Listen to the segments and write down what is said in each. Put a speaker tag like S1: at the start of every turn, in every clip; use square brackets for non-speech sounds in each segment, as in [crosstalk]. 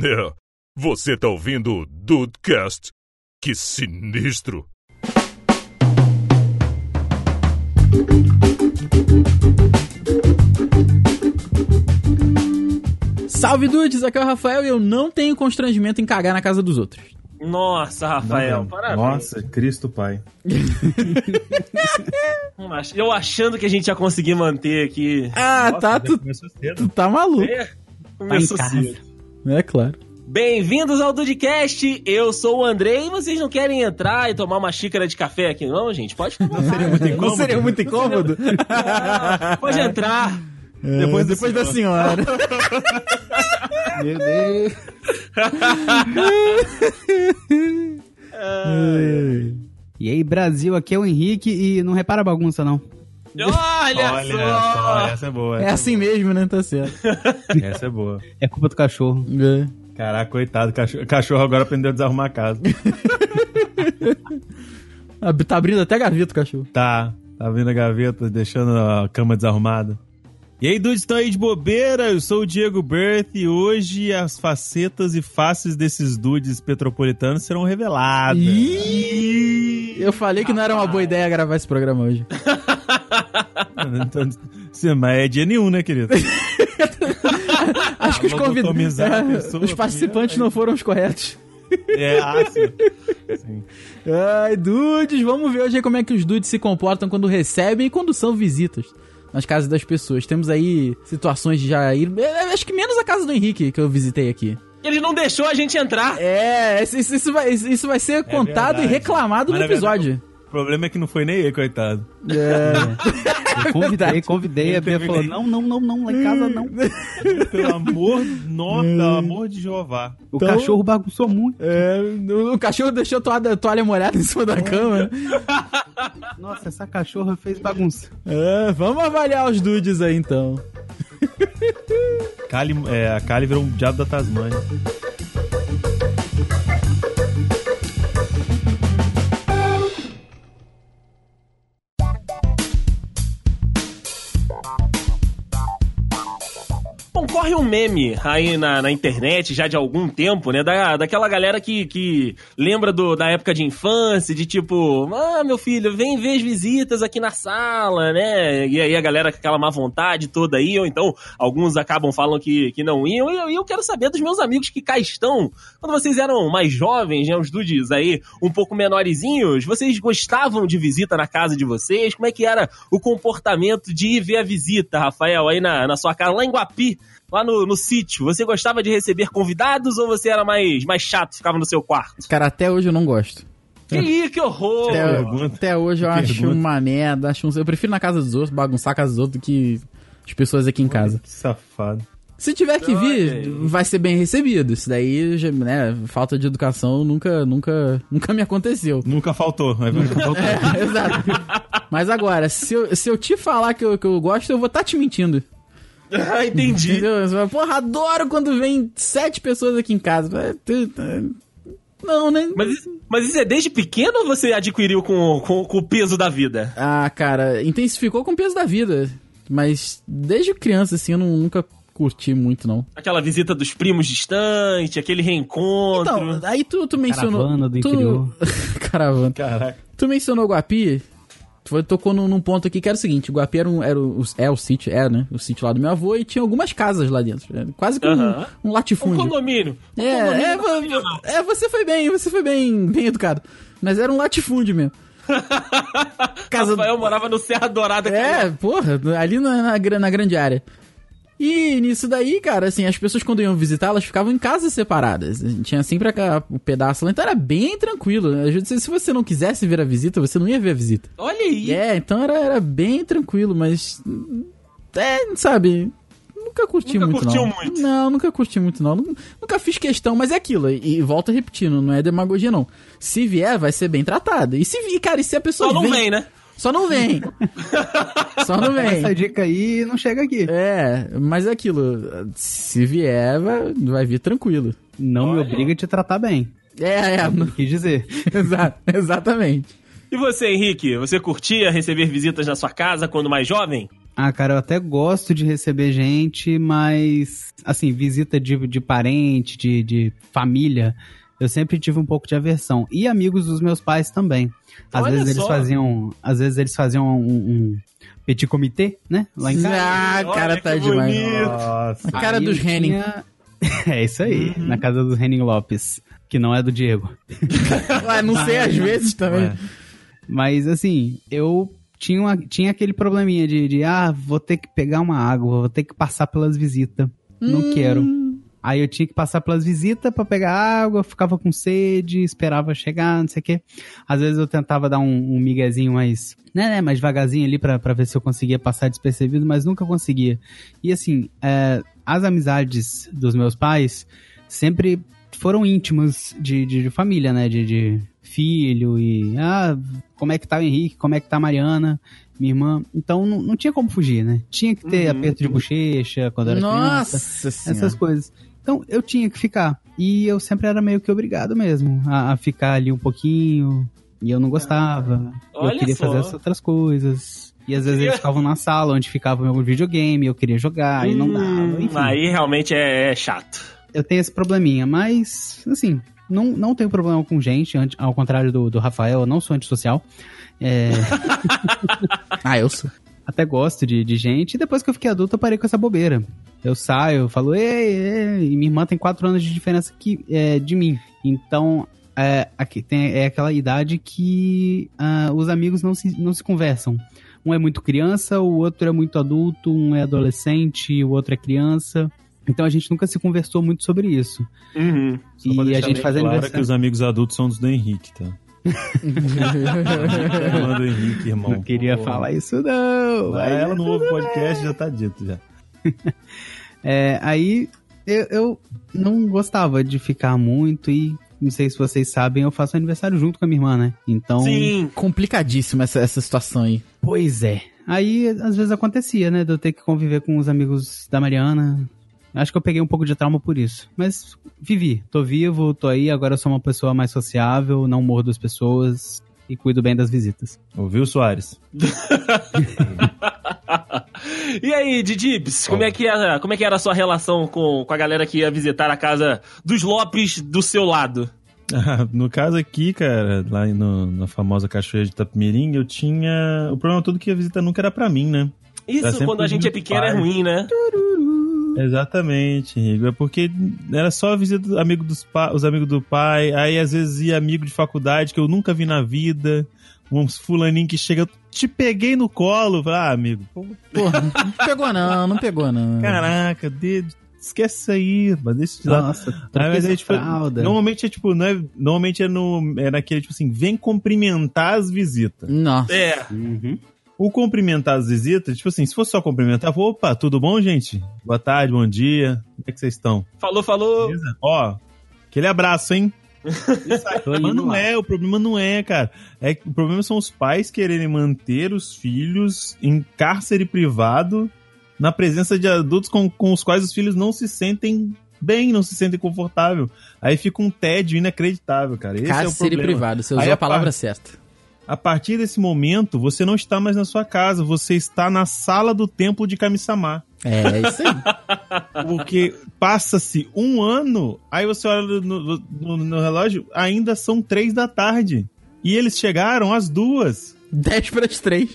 S1: É, você tá ouvindo o Dudecast? Que sinistro!
S2: Salve dudes, aqui é o Rafael e eu não tenho constrangimento em cagar na casa dos outros.
S3: Nossa,
S4: é
S3: Rafael, parabéns.
S4: Nossa, Cristo Pai.
S3: Nossa. Eu achando que a gente ia conseguir manter aqui.
S2: Ah,
S4: Nossa,
S2: tá,
S4: já
S2: tu,
S4: Começou cedo.
S2: tu tá maluco. Tá
S3: É, começou
S2: casa.
S3: cedo.
S2: É claro.
S3: Bem-vindos ao Dudcast, eu sou o Andrei e vocês não querem entrar e tomar uma xícara de café aqui, não, gente? Pode ficar. à vontade.
S2: Não seria muito incômodo?
S3: Ah, Pode entrar.
S2: [laughs] Depois, depois da senhora.
S5: Meu Deus. E aí, Brasil, aqui é o Henrique e não repara a bagunça, não.
S3: Olha,
S4: Olha
S3: só!
S4: só, essa é boa.
S2: É
S4: Essa,
S2: assim mesmo, né? Tá certo.
S4: essa é boa.
S5: É culpa do cachorro.
S2: É.
S4: Caraca, coitado, cachorro, cachorro agora aprendeu a desarrumar a casa.
S2: Ah, Tá abrindo até gaveta o cachorro.
S4: Tá, tá vindo a gaveta, deixando a cama desarrumada. E aí, dudes, estão aí de bobeira? Eu sou o Diego Berth e hoje as facetas e faces desses dudes petropolitanos serão reveladas.
S2: Ih, eu falei que não era uma boa ideia gravar esse programa hoje.
S4: Então, sim, mas é dia nenhum, né, querido?
S2: Acho que os convidados. [laughs]
S4: lobotomizar a pessoa
S2: os participantes não foram os corretos.
S4: É, ah, sim. Sim.
S2: Ai, dudes, vamos ver hoje como é que os dudes se comportam quando recebem e quando são visitas nas casas das pessoas. Temos aí situações de já ir. é, Acho que menos a casa do Henrique que eu visitei aqui.
S3: Ele não deixou a gente entrar.
S2: É, isso, isso- isso vai, isso vai ser contado
S4: É verdade.
S2: e reclamado
S4: Mas
S2: no
S4: na verdade,
S2: episódio. É,
S4: O problema é que não foi nem ele, coitado.
S5: Eu convidei, Então? convidei, a Bia
S4: Terminei.
S5: falou: não, não, não, não, lá em casa não.
S4: Pelo amor, nossa, pelo amor de Jeová.
S5: O cachorro bagunçou muito.
S2: É, o, o cachorro deixou a toalha, toalha molhada em cima da cama.
S5: Nossa, essa cachorra fez bagunça.
S2: É, vamos avaliar os dudes aí então.
S4: Cali, é, a Cali virou um diabo da Tasmânia.
S3: Bom, corre um meme aí na, na internet já de algum tempo, né? Da, daquela galera que, que lembra do, da época de infância, de tipo, ah, meu filho, vem ver as visitas aqui na sala, né? E aí a galera com aquela má vontade toda aí, ou então alguns acabam falando que, que não iam. E eu, e eu quero saber dos meus amigos que cá estão. Quando vocês eram mais jovens, né? Os dudes aí, um pouco menorizinhos, vocês gostavam de visita na casa de vocês? Como é que era o comportamento de ir ver a visita, Rafael, aí na, na sua casa, lá em Guapi? lá no, no sítio, você gostava de receber convidados ou você era mais, mais chato, ficava no seu quarto?
S2: Cara, até hoje eu não gosto.
S3: Que, ih, que horror!
S2: Até,
S4: pergunta.
S2: até hoje eu acho
S4: pergunta.
S2: uma merda. Acho um- eu prefiro na casa dos outros, bagunçar a casa dos outros do que as pessoas aqui em casa.
S4: Que safado.
S2: Se tiver que
S3: Então, Olha
S2: vir,
S3: aí.
S2: vai ser bem recebido. Isso daí, já, né, falta de educação nunca, nunca, nunca me aconteceu. [laughs]
S4: Nunca faltou, é verdade.
S2: É, exato. Mas agora, se eu, se eu te falar que eu, que eu gosto, eu vou estar tá te mentindo.
S3: [laughs] Ah, entendi.
S2: Entendeu? Você fala, porra, adoro quando vem sete pessoas aqui em casa. Vai, tu- tu- Não, né?
S3: Mas, isso- mas isso é desde pequeno ou você adquiriu com, com, com o peso da vida?
S2: Ah, cara, intensificou com o peso da vida. Mas desde criança, assim, eu não- nunca curti muito, não.
S3: Aquela visita dos primos distante, aquele reencontro.
S2: Então, aí tu, tu mencionou.
S5: Caravana do
S2: tu...
S5: interior.
S2: [laughs] Caravana.
S4: Caraca.
S2: Tu mencionou o Guapi. Tu foi- tocou num, num ponto aqui que era o seguinte: o Guapi era, um, era o, é o sítio, é, né? O sítio lá do meu avô e tinha algumas casas lá dentro. né? Quase que um-
S3: Aham.
S2: um,
S3: um
S2: latifúndio.
S3: condomínio. Um
S2: É,
S3: condomínio
S2: é, vo- é, você foi bem, você foi bem, bem educado. Mas era um latifúndio
S3: [laughs]
S2: mesmo. casa-
S3: Rafael morava no Serra Dourada. cara.
S2: É, porra, ali na, na, gra- na grande área. E nisso daí, cara, assim, as pessoas quando iam visitar, elas ficavam em casas separadas. Tinha sempre a- o pedaço lá, então era bem tranquilo. Às vezes, Se você não quisesse ver a visita, você não ia ver a visita.
S3: Olha aí.
S2: É, então era, era bem tranquilo, mas. É, sabe. Nunca curti
S3: Nunca
S2: muito,
S3: curtiu
S2: não.
S3: muito.
S2: Não, nunca curti muito, não. Nun- Nunca fiz questão, mas é aquilo. E, e volta repetindo, não é demagogia, não. Se vier, vai ser bem tratado. E se vi, cara, e se a pessoa.
S3: Só não vem, né?
S2: Só não
S3: [laughs]
S2: vem. Só não
S5: Essa
S2: vem.
S5: dica aí não chega aqui.
S2: É, mas é aquilo. Se vier, vai, vai vir tranquilo.
S5: Não me obriga a te tratar bem.
S2: É, [laughs] é.
S5: Não quis dizer.
S2: exa- exatamente.
S3: E você, Henrique, você curtia receber visitas na sua casa quando mais jovem?
S5: Ah, cara, eu até gosto de receber gente, mas, assim, visita de, de parente, de, de família, eu sempre tive um pouco de aversão. E amigos dos meus pais também. Às
S3: Olha
S5: vezes eles
S3: só.
S5: faziam. Às vezes eles faziam um, um petit comité, né? Lá em casa.
S2: Ah,
S3: Olha
S2: cara,
S3: que
S2: tá demais.
S3: bonito.
S4: Nossa.
S2: A cara
S5: Aí
S2: dos
S5: eu
S2: Henning. Uhum.
S5: tinha- [laughs] é isso aí, na casa do Henning Lopes, que não é do Diego.
S2: Ah, não sei,
S5: né?
S2: às vezes também.
S4: Ué.
S5: Mas assim, eu tinha, uma- tinha aquele probleminha de, de, ah, vou ter que pegar uma água, vou ter que passar pelas visitas. Não quero. Aí eu tinha que passar pelas visitas pra pegar água, ficava com sede, esperava chegar, não sei o quê. Às vezes eu tentava dar um, um miguezinho mais, né, né, mais devagarzinho ali pra, pra ver se eu conseguia passar despercebido, mas nunca conseguia. E assim, é, as amizades dos meus pais sempre foram íntimas de, de, de família, né, de, de filho e, ah, como é que tá o Henrique, como é que tá a Mariana, minha irmã. Então não, não tinha como fugir, né? Tinha que ter
S3: Uhum.
S5: aperto de bochecha quando era criança
S2: Nossa senhora.
S3: é.
S5: essas coisas. Então eu tinha que ficar. E eu sempre era meio que obrigado mesmo a, a ficar ali um pouquinho. E eu não gostava.
S3: Ah, Olha
S5: eu queria
S3: só.
S5: fazer as outras coisas. E às vezes eles ficavam na sala onde ficava o meu videogame, eu queria jogar e não dava.
S3: Hum,
S5: Enfim,
S3: aí realmente é, é chato.
S5: eu tenho esse probleminha, mas assim, não, não tenho problema com gente, anti- ao contrário do, do Rafael, eu não sou antissocial. É,
S2: Ah, eu sou.
S5: até gosto de, de gente. E depois que eu fiquei adulto, eu parei com essa bobeira. Eu saio, eu falo, ei, ei, e minha irmã tem quatro anos de diferença que, é, de mim. Então, é, aqui, tem, é aquela idade que ah, os amigos não se, não se conversam. Um é muito criança, o outro é muito adulto, um é adolescente, o outro é criança. Então a gente nunca se conversou muito sobre isso.
S3: Uhum.
S4: Só pra
S5: e a
S4: deixar
S5: gente
S4: bem
S5: faz
S4: claro que
S5: aniversário.
S4: os amigos adultos são dos do Henrique, tá? Irmã do Henrique, irmão.
S5: Não queria falar isso, não.
S4: Ah,
S5: Aí
S4: ela não ouve o podcast, já tá dito já.
S5: É, aí eu, eu não gostava de ficar muito e não sei se vocês sabem, eu faço aniversário junto com a minha irmã, né? Então,
S3: Sim.
S2: [laughs] Complicadíssima essa, essa situação aí.
S5: pois é. Aí às vezes acontecia, né, de eu ter que conviver com os amigos da Mariana. Acho que eu peguei um pouco de trauma por isso, mas vivi, tô vivo, tô aí, agora eu sou uma pessoa mais sociável, não morro das pessoas e cuido bem das visitas.
S4: Ouviu, Soares? [laughs]
S3: e aí, Didibs, como é que era, como é que era a sua relação com, com a galera que ia visitar a casa dos Lopes do seu lado?
S4: Ah, no caso aqui, cara, lá no- na famosa Cachoeira de Itapemirim, eu tinha... O problema todo é que a visita nunca era pra mim, né? Era
S3: Isso
S4: sempre
S3: quando a gente é pequeno é
S4: pai.
S3: ruim, né?
S4: Exatamente, Henrique. É porque era só a visita do amigo dos pa... os amigos do pai, aí às vezes ia amigo de faculdade que eu nunca vi na vida, uns fulaninho que chega, te peguei no colo, fala, ah, amigo, pô,
S2: Porra, não pegou não, não pegou não.
S4: caraca, dedo, esquece isso aí, mas deixa de lado.
S5: Nossa,
S4: Ah, mas
S5: troquei
S4: é,
S5: essa
S4: tipo,
S5: fralda.
S4: normalmente é tipo, não é, normalmente é, no, é naquele tipo assim, vem cumprimentar as visitas.
S2: Nossa.
S3: É.
S5: Uhum.
S4: O cumprimentar as visitas, tipo assim, se fosse só cumprimentar, eu vou, opa, tudo bom, gente? Boa tarde, bom dia, como é que vocês estão?
S3: Falou, falou.
S4: Beleza? Ó, aquele
S2: [laughs]
S4: abraço, hein?
S5: Tô
S4: Mas
S2: um
S5: indo
S4: não
S5: lá.
S4: é, o problema não é, cara. É, que o problema são os pais quererem manter os filhos em cárcere privado, na presença de adultos com, com os quais os filhos não se sentem bem, não se sentem confortável. Aí fica um tédio inacreditável, cara. Esse é o
S2: Cárcere
S4: problema.
S2: privado, você usou
S4: Aí
S2: a
S4: a
S2: palavra
S4: parte-
S2: certa.
S4: A partir desse momento, você não está mais na sua casa, você está na sala do templo de Kami-sama.
S2: É, é isso aí.
S4: Porque passa-se um ano, aí você olha no, no- no relógio, ainda são três da tarde. E eles chegaram às duas.
S2: 10 para as 3.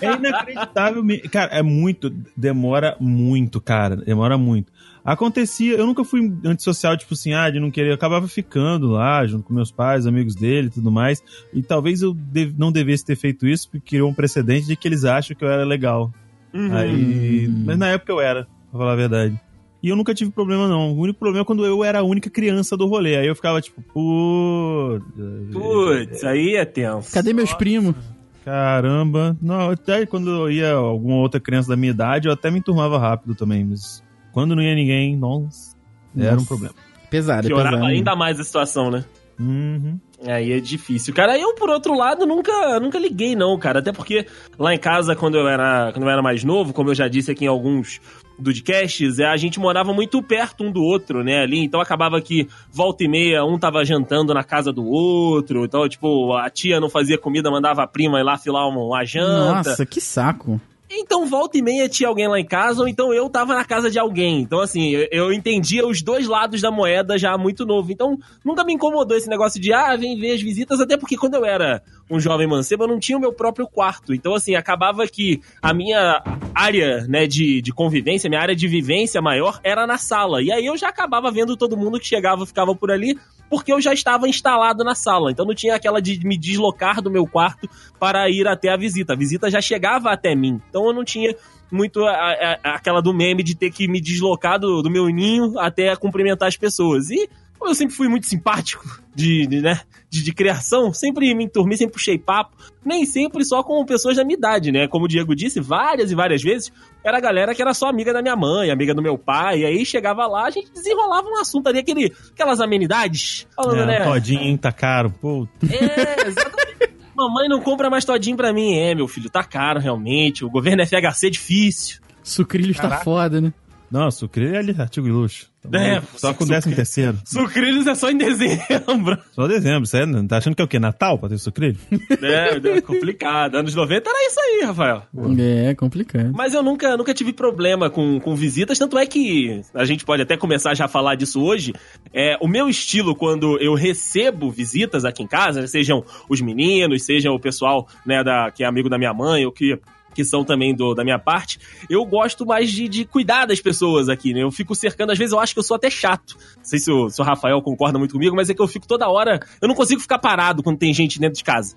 S4: É inacreditável. me- Cara, é muito. Demora muito, cara. Demora muito. Acontecia, eu nunca fui antissocial, tipo assim, ah, de não querer. Eu acabava ficando lá, junto com meus pais, amigos dele e tudo mais. E talvez eu dev- não devesse ter feito isso, porque criou um precedente de que eles acham que eu era legal.
S3: Uhum.
S4: Aí,
S2: Hum.
S4: mas na época eu era, pra falar a verdade. E eu nunca tive problema, não. O único problema é quando eu era a única criança do rolê. Aí eu ficava tipo, pô.
S3: Uhum. Putz, aí é tenso.
S2: Cadê meus primos?
S4: Caramba. Não, até quando eu ia alguma outra criança da minha idade, eu até me enturmava rápido também. Mas quando não ia ninguém, nossa, era um
S2: Nossa.
S4: problema.
S2: Pesado, é pesado.
S3: Piorava ainda mais a situação, né?
S4: Uhum.
S3: Aí é difícil. Cara, eu, por outro lado, nunca, nunca liguei, não, cara. Até porque lá em casa, quando eu era, quando eu era mais novo, como eu já disse aqui em alguns podcasts, é, a gente morava muito perto um do outro, né? Ali, então acabava que volta e meia, um tava jantando na casa do outro. Então, tipo, a tia não fazia comida, mandava a prima ir lá filar uma, uma janta.
S2: Nossa, que saco.
S3: Então, volta e meia tinha alguém lá em casa, ou então eu tava na casa de alguém. Então, assim, eu, eu entendia os dois lados da moeda já muito novo. Então, nunca me incomodou esse negócio de, ah, vem ver as visitas, até porque quando eu era um jovem mancebo, eu não tinha o meu próprio quarto. Então, assim, acabava que a minha área, né, de, de convivência, minha área de vivência maior era na sala. E aí eu já acabava vendo todo mundo que chegava, ficava por ali, porque eu já estava instalado na sala. Então não tinha aquela de me deslocar do meu quarto para ir até a visita. A visita já chegava até mim. Então eu não tinha muito a- a- a- aquela do meme de ter que me deslocar do, do meu ninho até cumprimentar as pessoas. E como eu sempre fui muito simpático [laughs] de, de, né, de, de criação, sempre me enturmei, sempre puxei papo, nem sempre só com pessoas da minha idade, né? Como o Diego disse várias e várias vezes, era a galera que era só amiga da minha mãe, amiga do meu pai, e aí chegava lá, a gente desenrolava um assunto ali, aquele, aquelas amenidades, falando,
S4: É,
S3: né?
S4: todinho, hein? Tá caro. Pô,
S3: É, exatamente. [laughs] Mamãe não compra mais todinho pra mim. É, meu filho, tá caro realmente. O governo FHC é difícil.
S2: Sucrilhos tá foda, né?
S4: não, sucrilho é ali, artigo e luxo. Tá
S3: É,
S4: maluco. só
S3: su-
S4: com
S3: sucrilho.
S4: 13 terceiro.
S3: Sucrilhos é só em dezembro.
S4: Só dezembro, você não tá achando que é o quê? Natal pra ter sucrilho?
S3: É, é complicado. Anos 90 era isso aí, Rafael.
S2: É, complicado.
S3: Mas eu nunca, nunca tive problema com, com visitas, tanto é que a gente pode até começar já a falar disso hoje. É, o meu estilo, quando eu recebo visitas aqui em casa, né, sejam os meninos, sejam o pessoal né, da, que é amigo da minha mãe, ou que, que são também do, da minha parte, eu gosto mais de, de cuidar das pessoas aqui, né? Eu fico cercando, às vezes eu acho que eu sou até chato. Não sei se o, se o Rafael concorda muito comigo, mas é que eu fico toda hora. Eu não consigo ficar parado quando tem gente dentro de casa.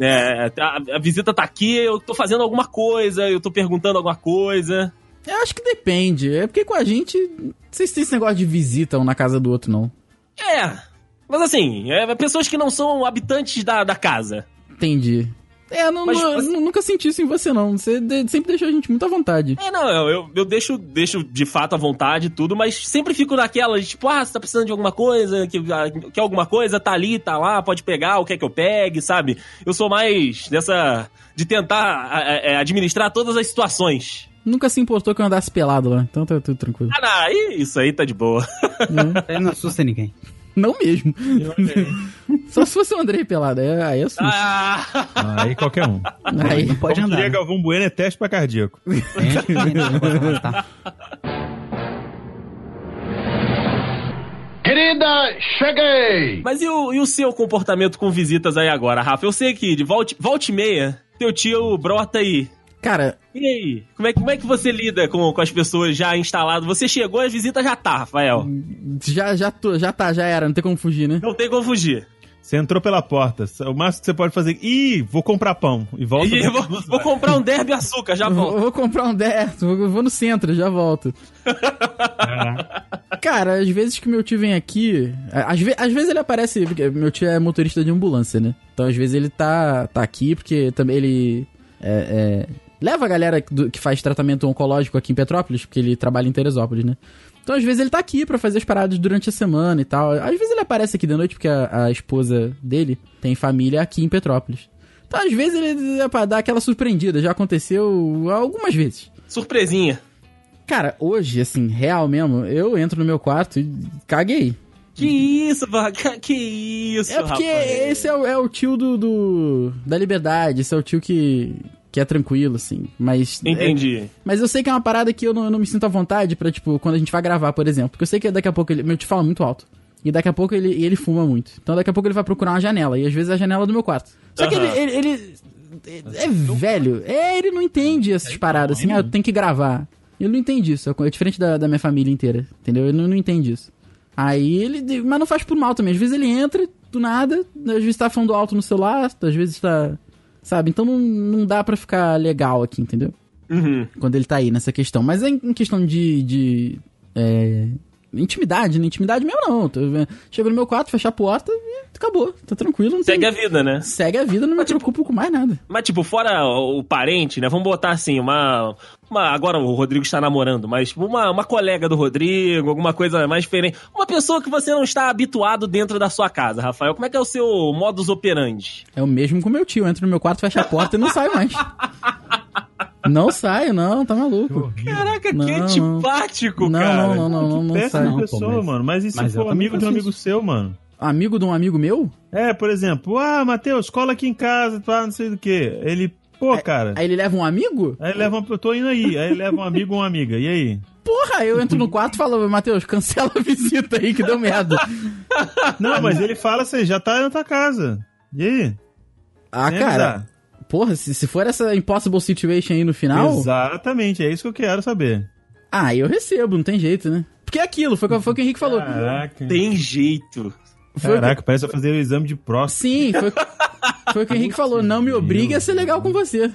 S3: É, a, a visita tá aqui, eu tô fazendo alguma coisa, eu tô perguntando alguma coisa.
S2: Eu acho que depende. É porque com a gente. Vocês têm esse negócio de visita um na casa do outro, não.
S3: É. Mas assim, é, pessoas que não são habitantes da, da casa.
S2: Entendi. É, não,
S3: Mas
S2: não-
S3: você-
S2: nu- nunca senti isso em você, não. Você de- sempre deixou a gente muito à vontade.
S3: É, não, eu, eu, eu deixo, deixo de fato à vontade e tudo, mas sempre fico naquela, de tipo, ah, você tá precisando de alguma coisa, que, ah, quer alguma coisa, tá ali, tá lá, pode pegar, o que é que eu pegue, sabe? Eu sou mais dessa. de tentar ah, ah, eh, administrar todas as situações.
S2: Nunca se importou que eu andasse pelado lá, então tá tudo tranquilo.
S3: Ah, não, aí- isso aí tá de boa.
S5: [laughs]
S2: não,
S5: Ele não assusta ninguém.
S2: não mesmo. Só se fosse o Andrei pelado, é- aí eu assusto.
S3: Ah,
S4: Aí qualquer um.
S2: Aí,
S5: Não pode
S4: Como
S5: andar. né?
S4: diria Galvão Bueno é teste pra cardíaco.
S5: É, tá.
S6: Querida, cheguei!
S3: Mas e o, e o seu comportamento com visitas aí agora, Rafa? Eu sei que de volta, volta e meia, teu tio brota aí.
S2: cara,
S3: E aí? Como é, que- como é que você lida com, com as pessoas já instaladas? Você chegou, as visitas já tá, Rafael.
S2: já, já, tô, já tá, já era, não tem como fugir, né?
S3: Não tem como fugir.
S4: Você entrou pela porta. O máximo que você pode fazer. Ih, vou comprar pão. E volta.
S3: Ih, vou, vou comprar um derby açúcar, já
S2: Eu Vou, [laughs]
S3: volto.
S2: eu vou comprar um deserto, vou, vou no centro, já volto.
S4: Caraca.
S2: Cara, às vezes que meu tio vem aqui. a- Às, ve- às vezes ele aparece. Porque meu tio é motorista de ambulância, né? Então às vezes ele tá, tá aqui porque também ele. é, é, leva a galera do- que faz tratamento oncológico aqui em Petrópolis, porque ele trabalha em Teresópolis, né? Então às vezes ele tá aqui pra fazer as paradas durante a semana e tal. Às vezes ele aparece aqui de noite porque a, a esposa dele tem família aqui em Petrópolis. Então às vezes ele é pra dar aquela surpreendida. Já aconteceu algumas vezes.
S3: Surpresinha.
S2: Cara, hoje, assim, real mesmo, eu entro no meu quarto e caguei.
S3: Que isso, va- ca- que isso,
S2: É porque
S3: Rafael.
S2: esse é o, é o tio do, do- da liberdade, esse é o tio que, que é tranquilo, assim. Mas,
S3: Entendi.
S2: é- mas eu sei que é uma parada que eu não, eu não me sinto à vontade pra, tipo, quando a gente vai gravar, por exemplo. Porque eu sei que daqui a pouco ele. Meu tio fala muito alto. E daqui a pouco ele, e ele fuma muito. Então daqui a pouco ele vai procurar uma janela. E às vezes é a janela do meu quarto. Só que ele.
S3: Aham.
S2: ele, ele- é velho. É, ele não entende essas paradas, assim, ah, eu tenho que gravar. Ele não entende isso. É diferente da, da minha família inteira, entendeu? Ele não, não entende isso. Aí ele. Mas não faz por mal também. Às vezes ele entra do nada, às vezes tá falando alto no celular, às vezes tá. Sabe? Então não, não dá pra ficar legal aqui, entendeu?
S3: Uhum.
S2: Quando ele tá aí nessa questão. Mas em, em questão de. de é, intimidade, né? Intimidade mesmo não. Tô- Chego no meu quarto, fecho a porta e acabou. Tá tranquilo, não tem-
S3: Segue a vida, né?
S2: Segue a vida, não me preocupo com mais nada.
S3: Mas, tipo, fora o parente, né? Vamos botar assim, uma. uma agora o Rodrigo está namorando, mas tipo, uma, uma colega do Rodrigo, alguma coisa mais diferente. Uma pessoa que você não está habituado dentro da sua casa, Rafael. Como é que é o seu modus operandi?
S2: É o mesmo com meu tio. Eu entro no meu quarto, fecho a porta e não saio mais. Não saio, não, tá maluco.
S3: Caraca,
S2: Não,
S3: que
S2: não.
S3: antipático,
S2: Não,
S3: cara.
S2: não, não, não, não, não
S4: Péssima
S2: saio.
S5: não, pô,
S4: pessoa,
S5: mas-
S4: mano. Mas e se
S5: mas eu
S4: for
S5: também
S4: amigo de um
S5: faço
S4: amigo seu, mano?
S2: Amigo de um amigo meu?
S4: É, por exemplo, ah, Matheus, cola aqui em casa, tá, não sei do que. Ele, Pô, cara.
S2: Aí ele leva um amigo?
S4: Aí leva um, eu tô indo aí, aí leva um amigo ou uma amiga. E aí?
S2: Porra, eu entro no quarto e falo, Matheus, cancela a visita aí que deu merda.
S4: Não, mas ele fala, você já tá na tua casa. E aí?
S2: Ah,
S3: É
S4: Sem
S2: cara.
S4: avisar.
S2: Porra, se, se for essa impossible situation aí no final,
S4: Exatamente, é isso que eu quero saber.
S2: ah, eu recebo, não tem jeito, né? Porque é aquilo, foi, o que- foi o que o Henrique falou.
S4: Caraca.
S3: Tem jeito.
S2: Foi o que-
S4: Caraca, parece eu fazer o exame de próstata.
S2: Sim, foi, foi o que o Henrique falou. Não me obrigue a ser legal com você.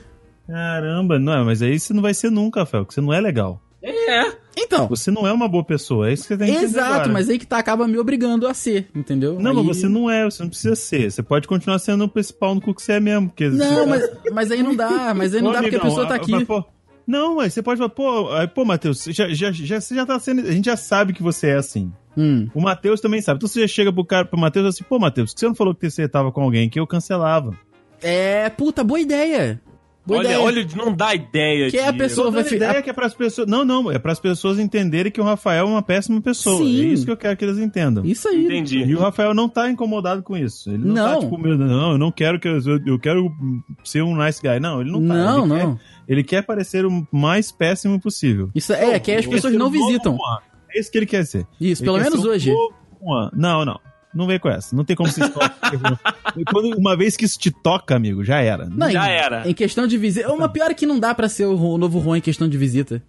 S4: Caramba, não, mas aí você não vai ser nunca, Fel, que você não é legal.
S3: É.
S2: Então,
S4: Você não é uma boa pessoa, é isso que você tem que entender
S2: exato,
S4: agora.
S2: mas aí que tá acaba me obrigando a ser, entendeu?
S4: Não,
S2: Aí-
S4: mas você não é, você não precisa ser. Você pode continuar sendo o principal no cu que você é mesmo. Porque
S2: Não, mas, mas aí não dá, mas aí não
S4: Ô,
S2: dá porque a
S4: amigão,
S2: pessoa tá
S4: ah,
S2: aqui.
S4: mas, pô, não, aí você pode falar, pô, aí, pô, Matheus, você já, já, já, você já tá sendo. A gente já sabe que você é assim.
S2: Hum.
S4: O Matheus também sabe. Então você já chega pro cara, pro Matheus assim, pô, Matheus, por que você não falou que você tava com alguém que eu cancelava?
S2: É, puta, boa ideia. Boa
S3: Olha,
S2: ideia.
S3: olha, não dá ideia.
S2: Que é a
S3: Diego.
S2: pessoa- Pô,
S4: Tô
S2: vai
S4: dando
S2: fi-
S4: ideia que é pras pessoas. Não, não, é pras pessoas entenderem que o Rafael é uma péssima pessoa.
S2: Sim.
S4: É isso que eu quero que eles entendam.
S2: Isso aí.
S4: E
S3: Entendi.
S4: o Rafael não tá incomodado com isso. Ele não,
S2: Não.
S4: tá tipo, meu, não, eu não quero que eu, eu quero ser um nice guy. Não, ele não tá.
S2: Não,
S4: ele
S2: não.
S4: Quer, ele quer parecer o mais péssimo possível.
S2: Isso é, que aí as
S4: Ele
S2: pessoas
S4: quer ser
S2: não
S4: o novo
S2: visitam.
S4: Juan. É isso que ele quer ser.
S2: Isso,
S4: Ele
S2: pelo
S4: quer
S2: menos
S4: ser um o
S2: hoje.
S4: novo Juan. Não, não. Não vem com essa. Não tem como se
S2: [laughs]
S4: expor. Quando- Uma vez que isso te toca, amigo, já era.
S2: Não,
S3: Já
S2: em,
S3: era.
S2: Em questão de visita. Uma pior é que não dá pra ser o, Ru- o novo Juan em questão de visita.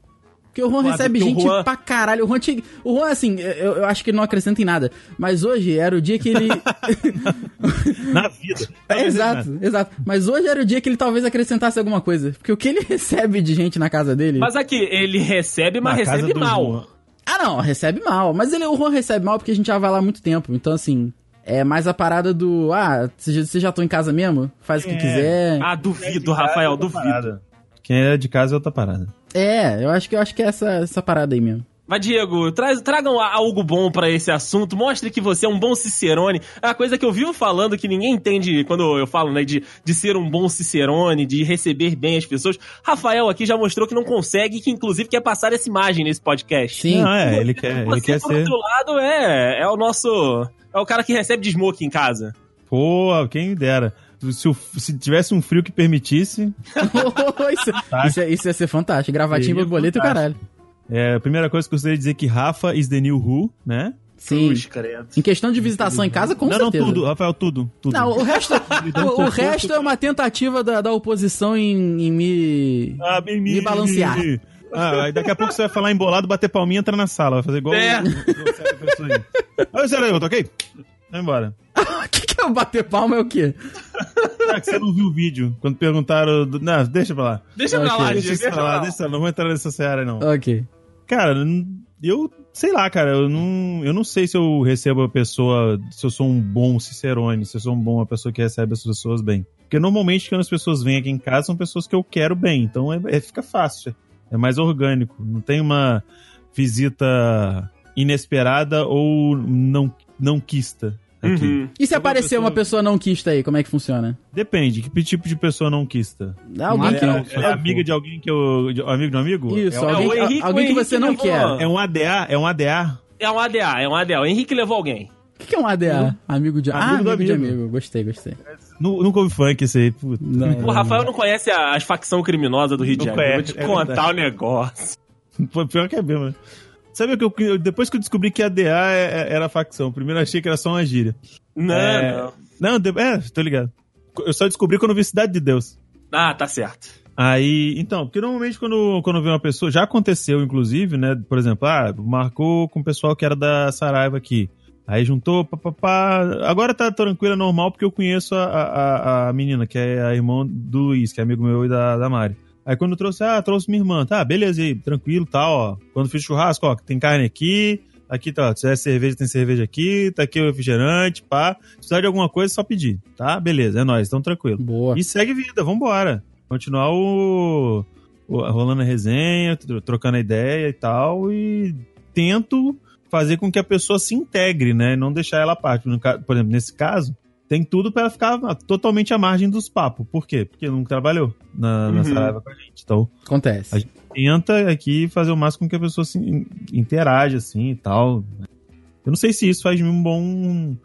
S2: Porque o Juan
S3: Claro,
S2: recebe
S3: porque o
S2: gente
S3: Juan-
S2: pra caralho. O Juan, tinha- o Juan assim, eu, eu acho que ele não acrescenta em nada. Mas hoje era o dia que
S3: [laughs]
S2: ele. [laughs]
S4: Na vida.
S2: É, [laughs] exato,
S3: né?
S2: exato. Mas hoje era o dia que ele talvez acrescentasse alguma coisa. Porque o que ele [laughs] recebe de gente na casa dele.
S3: Mas aqui, ele recebe, mas
S4: Na casa
S3: recebe
S4: do
S3: mal.
S4: Juan.
S2: Ah, não, recebe mal. Mas ele, o Juan recebe mal porque a gente já vai lá há muito tempo. Então, assim, é mais a parada do. Ah, você já- você já tô em casa mesmo? Faz o que
S4: É.
S2: quiser.
S3: Ah, duvido, Rafael, duvido.
S4: Quem é de casa é outra parada.
S2: É, eu acho que, eu acho que é essa, essa parada aí mesmo.
S3: Mas, Diego, traz, tragam a- algo bom pra esse assunto. Mostre que você é um bom cicerone. É uma coisa que eu vivo falando que ninguém entende quando eu falo, né? De, de ser um bom cicerone, de receber bem as pessoas. Rafael aqui já mostrou que não consegue e que, inclusive, quer passar essa imagem nesse podcast.
S2: Sim.
S4: Não, é, ele quer, ele
S3: você,
S4: quer
S3: por
S4: ser.
S3: outro lado, é, é o nosso... É o cara que recebe de smoke em casa.
S4: Pô, quem dera. Se, o- se tivesse um frio que permitisse,
S2: isso, isso, ia- isso ia ser fantástico. Gravatinho,
S4: Seria
S2: borboleta e o caralho.
S4: é, a primeira coisa que eu gostaria de dizer é que Rafa is the new who, né?
S2: Sim.
S3: credo.
S2: Em questão de visitação em casa, com
S4: não,
S2: certeza.
S4: não, tudo, Rafael, tudo. tudo.
S2: Não, o resto,
S4: dando
S2: o, o
S4: conforto
S2: resto é uma tentativa da, da oposição em, em me.
S4: Ah, bem,
S2: me balancear.
S4: Ah, aí daqui a pouco você vai falar embolado, bater palminha, entra na sala, vai fazer igual
S3: É.
S4: o- o- certa pessoa aí. Olha, sério, eu tô ok? Vai embora.
S2: O [laughs] que, que é o bater palma? É o quê?
S4: Será que você não viu o vídeo? Quando perguntaram. do- Não, deixa pra lá.
S3: Deixa pra
S2: Ok,
S3: lá, Diego.
S4: Deixa
S3: Deixa
S4: pra lá, deixa pra lá. Não vou entrar nessa seara, não.
S2: Ok.
S4: Cara, n- eu sei lá, cara, eu não, eu não sei se eu recebo a pessoa, se eu sou um bom cicerone, se eu sou um bom uma pessoa que recebe as pessoas bem. Porque normalmente quando as pessoas vêm aqui em casa são pessoas que eu quero bem, então é, é- fica fácil, é mais orgânico, não tem uma visita inesperada ou não não quista. Aqui.
S3: Uhum.
S2: E se
S4: Quando a
S2: aparecer uma
S4: pessoa-
S2: pessoa não quista aí, como é que funciona?
S4: Depende, que tipo de pessoa não quista?
S2: Alguém que
S5: é-
S2: não.
S4: É amiga de alguém que eu de- amigo de um amigo?
S2: Isso,
S4: É, um-
S2: alguém,
S3: o Henrique-
S2: a- alguém que
S3: o Henrique
S2: você não
S3: levou-
S2: quer.
S4: é um ADA, é um ADA.
S3: É um ADA, é um ADA. O Henrique levou alguém.
S2: O que, que é um ADA? Amigo de ah,
S4: Hum? Amigo do
S2: amigo. de
S4: amigo.
S2: amigo. Gostei, gostei.
S4: Nu- Nunca ouvi funk esse aí, puta.
S3: O Rafael não conhece a- as facção criminosa do Rio de
S4: Hum. Não
S3: Janeiro. Vou
S4: conhece,
S3: te
S4: é
S3: contar o negócio.
S4: Pô, Pior que é mesmo, né? Sabe o que eu- que eu, depois que eu descobri que ADA é- é- era facção, primeiro eu achei que era só uma gíria.
S3: Não,
S4: É.
S3: não.
S4: Não, de- é, tô ligado. Eu só descobri quando eu vi Cidade de Deus.
S3: Ah, tá certo.
S4: Aí, então, porque normalmente quando, quando eu vejo uma pessoa, já aconteceu inclusive, né? Por exemplo, ah, marcou com o pessoal que era da Saraiva aqui. Aí juntou, papapá. Agora tá tranquilo, é normal, porque eu conheço a, a, a- a menina, que é a irmã do Luiz, que é amigo meu e da, da Mari. Aí quando eu trouxe, ah, trouxe minha irmã, tá, beleza, e aí, tranquilo, tá, ó. Quando fiz churrasco, ó, tem carne aqui, aqui tá, ó, se tiver cerveja, tem cerveja aqui, tá aqui o refrigerante, pá. Se precisar de alguma coisa, é só pedir, tá? Beleza, é nóis, então tranquilo.
S2: Boa.
S4: E segue vida, vambora. Continuar o, o- rolando a resenha, tro- trocando a ideia e tal. E tento fazer com que a pessoa se integre, né? E não deixar ela à parte. No ca- por exemplo, nesse caso, tem tudo pra ela ficar totalmente à margem dos papos. Por quê? Porque nunca trabalhou na, na
S3: Uhum.
S4: Saraiva com a gente. Então,
S2: Acontece.
S4: A gente- tenta aqui fazer o máximo com que a pessoa se in- interaja, assim, e tal. Eu não sei se isso faz de mim um bom, um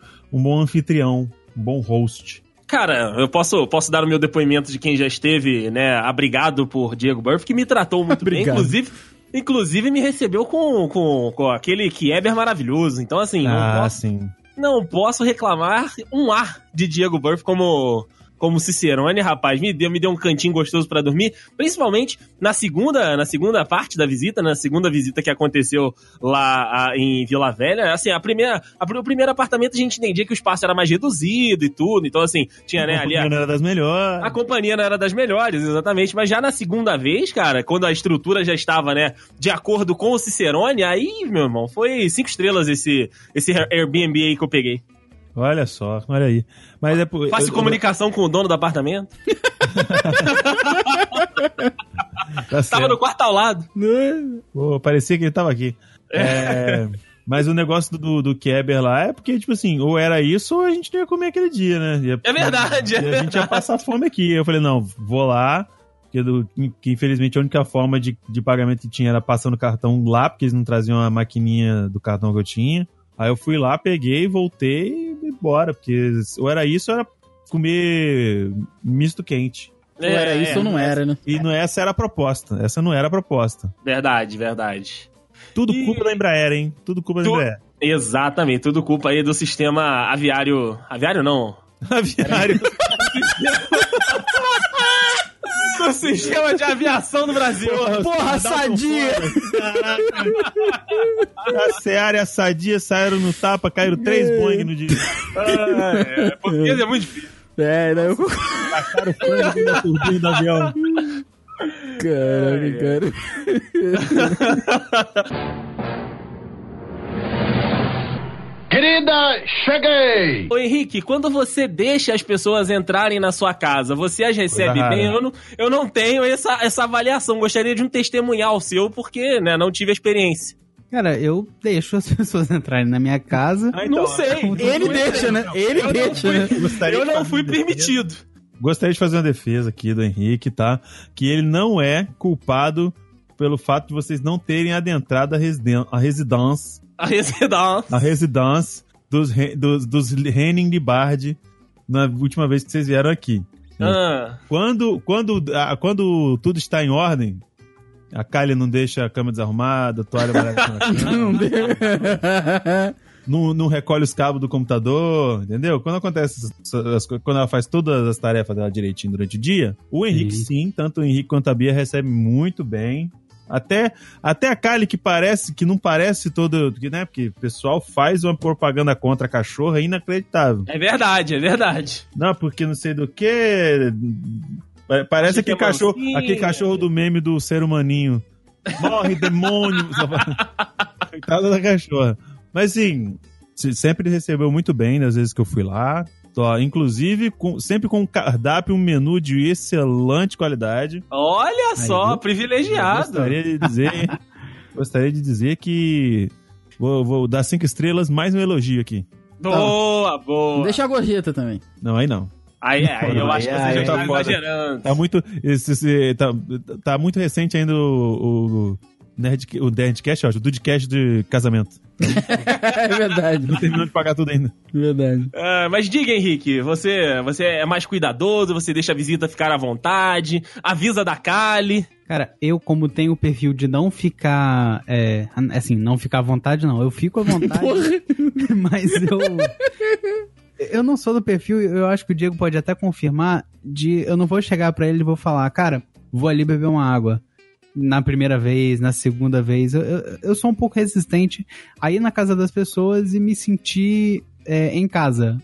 S4: bom anfitrião, um bom host.
S3: Cara, eu posso, posso dar o meu depoimento de quem já esteve, né, abrigado por Diego Burff, que me tratou muito bem,
S2: Obrigado.
S3: inclusive. Inclusive me recebeu com, com, com aquele Kieber maravilhoso. Então, assim, não,
S4: Ah,
S3: posso,
S4: sim.
S3: não posso reclamar um ar de Diego Burff como, como Cicerone, rapaz. Me deu, me deu um cantinho gostoso pra dormir. Principalmente na segunda, na segunda parte da visita, na segunda visita que aconteceu lá ah, em Vila Velha. Assim, a primeira, a, pr- o primeiro apartamento a gente entendia que o espaço era mais reduzido e tudo. Então, assim, tinha, né, ali a,
S4: Era das melhores.
S3: a companhia não era das melhores, exatamente. Mas já na segunda vez, cara, quando a estrutura já estava, né, de acordo com o Cicerone, aí, meu irmão, foi cinco estrelas esse, esse Airbnb aí que eu peguei.
S4: Olha só, olha aí. Mas é por-
S3: Faço
S4: eu-
S3: comunicação com o dono do apartamento.
S4: Tá
S3: Tava
S2: É.
S4: certo.
S3: no quarto ao lado.
S4: Né? Pô, parecia que ele tava aqui. É, mas o negócio do, do Keber lá é porque, tipo assim, ou era isso ou a gente não ia comer aquele dia, né? Ia-
S3: É verdade, é
S4: e a gente ia passar fome aqui. Eu falei, não, vou lá. Que, do- que infelizmente a única forma de, de pagamento que tinha era passando cartão lá, porque eles não traziam a maquininha do cartão que eu tinha. Aí eu fui lá, peguei, voltei e fui embora. Porque ou era isso ou era comer misto quente.
S2: Ou
S3: É,
S2: era
S4: É,
S2: isso ou não era, né?
S4: E não, essa era a proposta. Essa não era a proposta.
S3: Verdade, verdade.
S4: Tudo
S3: E-
S4: culpa da Embraer, hein? Tudo culpa da
S3: Tu- [laughs]
S4: Embraer.
S3: Exatamente, tudo culpa aí do sistema aviário. Aviário não.
S4: Aviário.
S3: Do sistema de aviação do Brasil.
S2: Porra, sadia!
S4: [laughs] A Seara e a Sadia saíram no tapa, caíram três
S3: É.
S4: Boeing no dia.
S3: Ah, é, português é muito difícil.
S2: É, não, [laughs] eu
S4: Tacaram frango na turbina
S3: [laughs]
S4: do avião.
S2: Caraca, cara.
S6: Querida, cheguei!
S3: Ô Henrique, quando você deixa as pessoas entrarem na sua casa, você as recebe
S4: rara.
S3: bem? Eu não, eu não tenho essa, essa avaliação. Gostaria de um testemunhal seu, porque né, não tive a experiência.
S5: Cara, eu deixo as [laughs] pessoas entrarem na minha casa.
S4: Ah,
S3: não sei.
S2: Ele deixa, né? Ele deixa, né?
S4: Gostaria
S3: é Eu
S4: de
S3: não
S4: fazer
S3: fui
S4: uma defesa.
S3: permitido.
S4: Gostaria de fazer uma defesa aqui do Henrique, tá? Que ele não é culpado pelo fato de vocês não terem adentrado a, residen a residência
S3: A
S2: Tá
S3: residão.
S4: a residência dos, re- dos, dos Henning de Bard na última vez que vocês vieram aqui.
S3: Ah,
S4: Quando, quando, ah, quando tudo está em ordem, a Kylie não deixa a cama desarrumada, a toalha barata
S2: [laughs]
S4: na cama,
S2: né? Não deu.
S4: né? não, não recolhe os cabos do computador, entendeu? Quando acontece essas- essas co- quando ela faz todas as tarefas dela direitinho durante o dia, o Henrique sim, tanto o Henrique quanto a Bia recebe muito bem. Até, até a Kylie que parece que não parece toda, porque, né, porque o pessoal faz uma propaganda contra a cachorra inacreditável.
S3: é verdade, é verdade.
S4: Não, porque não sei do que. Parece
S3: Acho que
S4: aquele
S3: é
S4: cachorro,
S3: mãozinha.
S4: aquele cachorro do meme do ser humaninho.
S3: [laughs]
S4: Morre, demônio! Coitada da cachorra. Mas sim, se- sempre recebeu muito bem das vezes que eu fui lá. Ó, inclusive, com- sempre com um cardápio, um menu de excelente qualidade.
S3: Olha só,
S4: viu?
S3: privilegiado.
S4: Gostaria
S3: [laughs]
S4: de dizer, gostaria de dizer que vou, vou dar cinco estrelas mais um elogio aqui.
S3: Boa, boa.
S2: Deixa a gorjeta também.
S4: Não, aí não.
S3: Aí, aí eu
S4: Aí,
S3: acho que
S4: aí,
S3: você já
S4: tá
S3: está
S4: foda.
S3: exagerando.
S4: Tá muito. Esse, esse- tá, tá muito recente ainda o. o Nerd, o Nerdcast, ó, o Dudcast de casamento.
S2: [laughs] É verdade,
S4: Não terminou de pagar tudo ainda.
S2: é verdade.
S3: Ah, mas diga, Henrique, você, você é mais cuidadoso, você deixa a visita ficar à vontade, avisa da Cali.
S5: Cara, eu, como tenho o perfil de não ficar. é, assim, não ficar à vontade, não. Eu fico à vontade. [laughs] Mas eu. Eu não sou do perfil, eu acho que o Diego pode até confirmar. De eu não vou chegar pra ele e vou falar, cara, vou ali beber uma água. Na primeira vez, na segunda vez. Eu, eu, eu sou um pouco resistente a ir na casa das pessoas e me sentir é, em casa.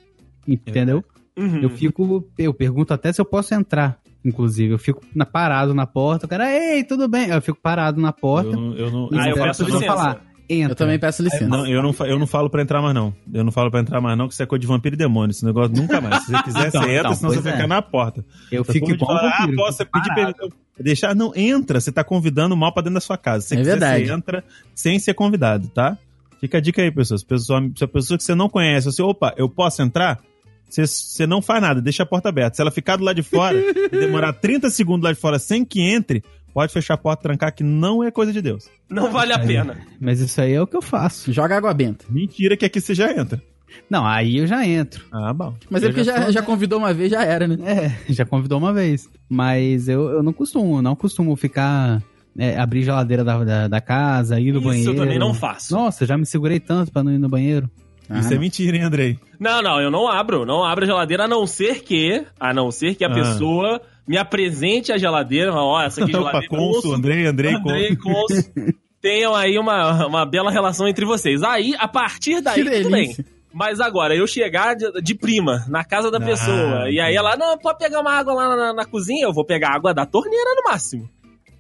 S5: Entendeu?
S3: Uhum.
S5: Eu fico. Eu pergunto até se eu posso entrar. Inclusive, eu fico na- parado na porta. O cara, ei, tudo bem? Eu fico parado na porta.
S4: Eu, eu não,
S3: Ah, eu
S5: espero a
S3: peço
S5: pessoa
S3: licença.
S5: entra.
S2: Eu também peço licença.
S4: não, eu, não, fa- eu não falo pra entrar mais, não. Eu não falo pra entrar mais, não, que isso é coisa de vampiro e demônio. Esse negócio nunca mais. Se você quiser,
S5: Então,
S4: você entra,
S5: então,
S4: senão você
S5: pois é.
S4: fica na porta.
S5: Eu
S4: Se
S5: fico
S4: for de
S5: igual um
S4: falar,
S5: vampiro.
S4: Ah, posso pedir
S5: parado.
S4: permissão. Deixar, não, entra. Você tá convidando o mal pra dentro da sua casa. Se
S2: É
S4: quiser,
S2: verdade.
S4: você entra sem ser convidado, tá? Fica a dica aí, pessoas. Se a pessoa, se a pessoa que você não conhece, você, opa, eu posso entrar? Você, você não faz nada, deixa a porta aberta. Se ela ficar do lado de
S2: [laughs]
S4: fora e demorar 30 segundos lá de fora sem que entre, pode fechar a porta, trancar, que não é coisa de Deus.
S3: Não vale a pena.
S5: Mas isso aí é o que eu faço.
S2: Joga água benta.
S4: Mentira que aqui você já entra.
S5: Não, aí eu já entro. [laughs]
S4: Ah, bom.
S2: Mas é porque já, já convidou uma vez, já era, né?
S5: É, já convidou uma vez. Mas eu, eu não costumo, não costumo ficar. é, abrir geladeira da, da, da casa, ir no
S3: Isso
S5: banheiro.
S3: eu também não faço.
S5: Nossa, já me segurei tanto pra não ir no banheiro.
S4: Isso é
S2: Ah, não.
S4: mentira, hein, Andrei?
S3: Não, não, eu não abro, não abro a geladeira, a não ser que, a não ser que a
S4: Ah.
S3: pessoa me apresente a geladeira, fala, ó, essa aqui é
S4: [laughs] Opa,
S3: geladeira.
S4: Consul,
S3: ouço,
S4: Andrei, Andrei,
S3: Andrei
S4: Consul.
S3: Consul. Tenham aí uma, uma bela relação entre vocês. Aí, a partir daí,
S2: Que
S3: tudo bem.
S2: delícia.
S3: Mas agora, eu chegar de, de prima na casa da
S4: Ah,
S3: pessoa, e aí ela, não, pode pegar uma água lá na, na- na cozinha, eu vou pegar água da torneira no máximo.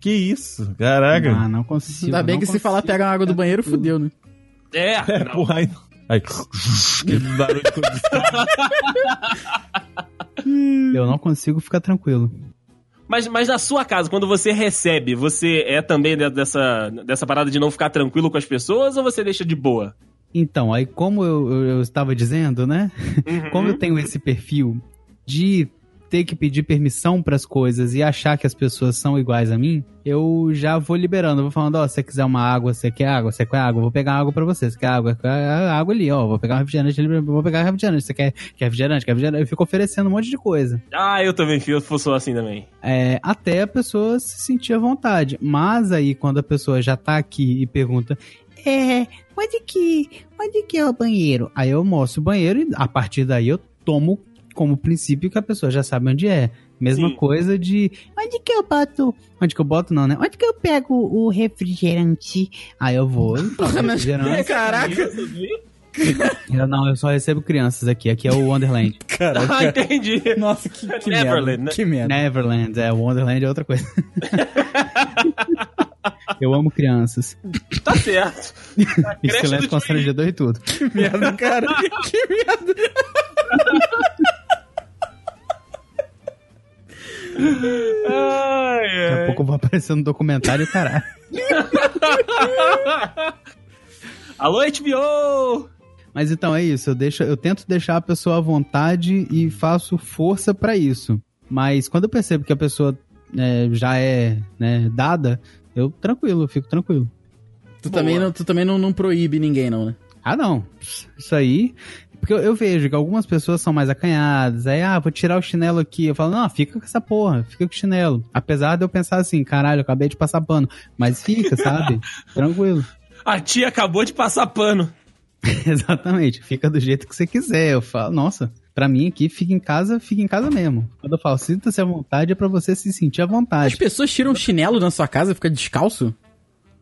S4: Que isso? Caraca.
S5: Ah, não consigo.
S2: Ainda bem
S5: não
S2: que se falar
S5: consigo.
S2: pega a água do banheiro, fudeu, né?
S3: É,
S4: É,
S3: não.
S4: porra, aí. Aí. Que [laughs] barulho de condição.
S5: Eu não consigo ficar tranquilo.
S3: Mas, mas na sua casa, quando você recebe, você é também dentro dessa, dessa parada de não ficar tranquilo com as pessoas ou você deixa de boa?
S5: Então, aí como eu, eu- eu estava dizendo, né? Como
S3: Uhum.
S5: eu tenho esse perfil de ter que pedir permissão para as coisas e achar que as pessoas são iguais a mim, eu já vou liberando, eu vou falando, ó, se você quiser uma água, você quer água, você quer água, eu vou pegar água para você, você quer água, quer água ali, ó, vou pegar um refrigerante, ali, vou pegar um refrigerante, você quer, quer refrigerante, quer refrigerante, eu fico oferecendo um monte de coisa.
S3: Ah, eu também, filho, eu sou assim também.
S5: É, até a pessoa se sentir à vontade. Mas aí, quando a pessoa já tá aqui e pergunta, é, onde que, onde que é o banheiro? Aí eu mostro o banheiro e a partir daí eu tomo como princípio que a pessoa já sabe onde é. Mesma
S3: Sim.
S5: coisa de, onde que eu boto, onde que eu boto não, né? Onde que eu pego o refrigerante? Aí eu vou e tomo
S2: Porra, mas-
S5: refrigerante.
S2: Caraca.
S5: Eu não, eu só recebo crianças aqui, aqui é o Wonderland.
S3: [laughs] Ah, entendi.
S2: Nossa, que, que merda.
S3: Neverland, né?
S2: Que merda.
S5: Neverland, é, Wonderland é outra coisa. [laughs] eu amo crianças.
S3: Tá certo. A creche do
S5: Esqueleto constrangedor e tudo.
S2: Que [laughs] merda, cara. que merda.
S3: Tio Rico. Ai,
S5: Daqui a
S2: É.
S3: ai.
S5: pouco vai aparecer no documentário, caralho.
S3: Alô, HBO!
S5: Mas então é isso, eu, deixo, eu tento deixar a pessoa à vontade e faço força pra isso. Mas quando eu percebo que a pessoa é, já é né, dada, eu tranquilo, eu fico tranquilo.
S2: Tu
S3: Boa.
S2: também, não, tu também não, não proíbe ninguém, não, né?
S5: Ah, não. Isso aí. Porque eu, eu vejo que algumas pessoas são mais acanhadas. Aí, ah, vou tirar o chinelo aqui. Eu falo, não, fica com essa porra, fica com o chinelo. Apesar de eu pensar assim, caralho, acabei de passar pano. Mas
S2: [laughs]
S5: fica, sabe? Tranquilo.
S3: A tia acabou de passar pano.
S5: [laughs] Exatamente, fica do jeito que você quiser. Eu falo, nossa, pra mim aqui, fica em casa, fica em casa mesmo. Quando eu falo, sinta-se à vontade, é pra você se sentir à
S2: As
S5: vontade.
S2: pessoas tiram chinelo na sua casa e fica descalço?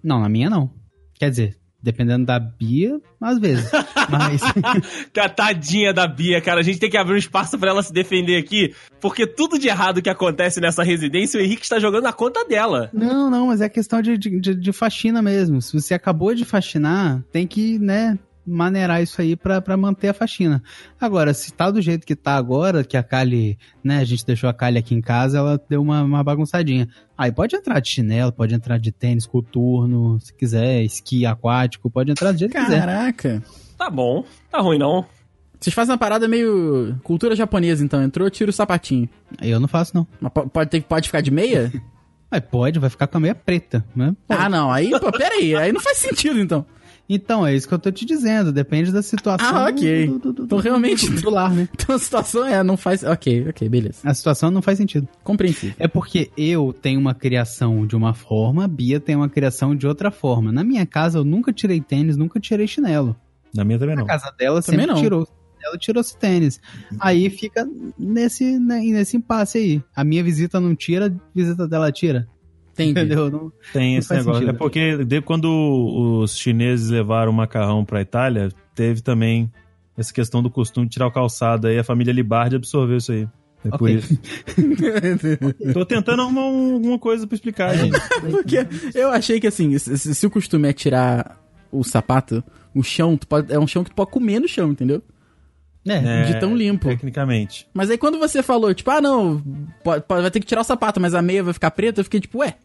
S5: Não, na minha não. Quer dizer, dependendo da Bia, às vezes. [laughs] Mas.
S3: Tá- Tadinha da Bia, cara. A gente tem que abrir um espaço pra ela se defender aqui. Porque tudo de errado que acontece nessa residência, o Henrique está jogando na conta dela.
S5: Não, não, mas é questão de, de, de- de faxina mesmo. Se você acabou de faxinar, tem que, né, maneirar isso aí pra, pra manter a faxina. Agora, se tá do jeito que tá agora, que a Kali, né, a gente deixou a Kali aqui em casa, ela deu uma, uma bagunçadinha. Aí pode entrar de chinelo, pode entrar de tênis, coturno, se quiser, esqui aquático, pode entrar do jeito que quiser.
S2: Caraca.
S3: Tá bom, tá ruim não.
S2: Vocês fazem uma parada meio. cultura japonesa, então. Entrou, tira o sapatinho.
S5: Eu não faço, não.
S2: Mas po- pode, ter, pode ficar de meia?
S5: Mas pode, vai ficar com a meia preta, né? [laughs] Pode.
S2: ah, não. Aí, pô, pera aí. Aí não faz sentido, então. [laughs]
S5: Então, é isso que eu tô te dizendo, depende da situação.
S2: Ah, ok.
S5: do- do- do-
S2: Então, realmente-
S5: do lar, né?
S2: Então a situação é, não faz. Ok, ok, beleza.
S5: A situação não faz sentido.
S2: Compreensível.
S5: É porque eu tenho uma criação de uma forma, a Bia tem uma criação de outra forma. Na minha casa eu nunca tirei tênis, nunca tirei chinelo.
S4: Na minha também
S5: Na
S4: não.
S5: casa dela
S2: Também
S5: sempre
S2: não.
S5: tirou ela tirou-se tênis. Aí fica nesse, né, nesse impasse aí. A minha visita não tira, a visita dela tira.
S2: Entendi.
S5: Entendeu? Não-
S4: Tem esse
S5: faz
S4: negócio.
S5: sentido.
S4: É porque de, quando os chineses levaram o macarrão pra Itália, teve também essa questão do costume de tirar o calçado. Aí a família Libardi absorveu isso aí. É por
S5: Ok.
S4: isso.
S2: [laughs]
S4: Tô tentando arrumar um- alguma coisa pra explicar, gente.
S2: Porque eu achei que assim, se, se- se o costume é tirar o sapato, o chão, tu pode- é um chão que tu pode comer no chão, entendeu?
S5: É.
S4: É,
S2: De tão limpo.
S4: Tecnicamente.
S2: Mas aí quando você falou, tipo, ah não, pode, pode- vai ter que tirar o sapato, mas a meia vai ficar preta, eu fiquei tipo, ué,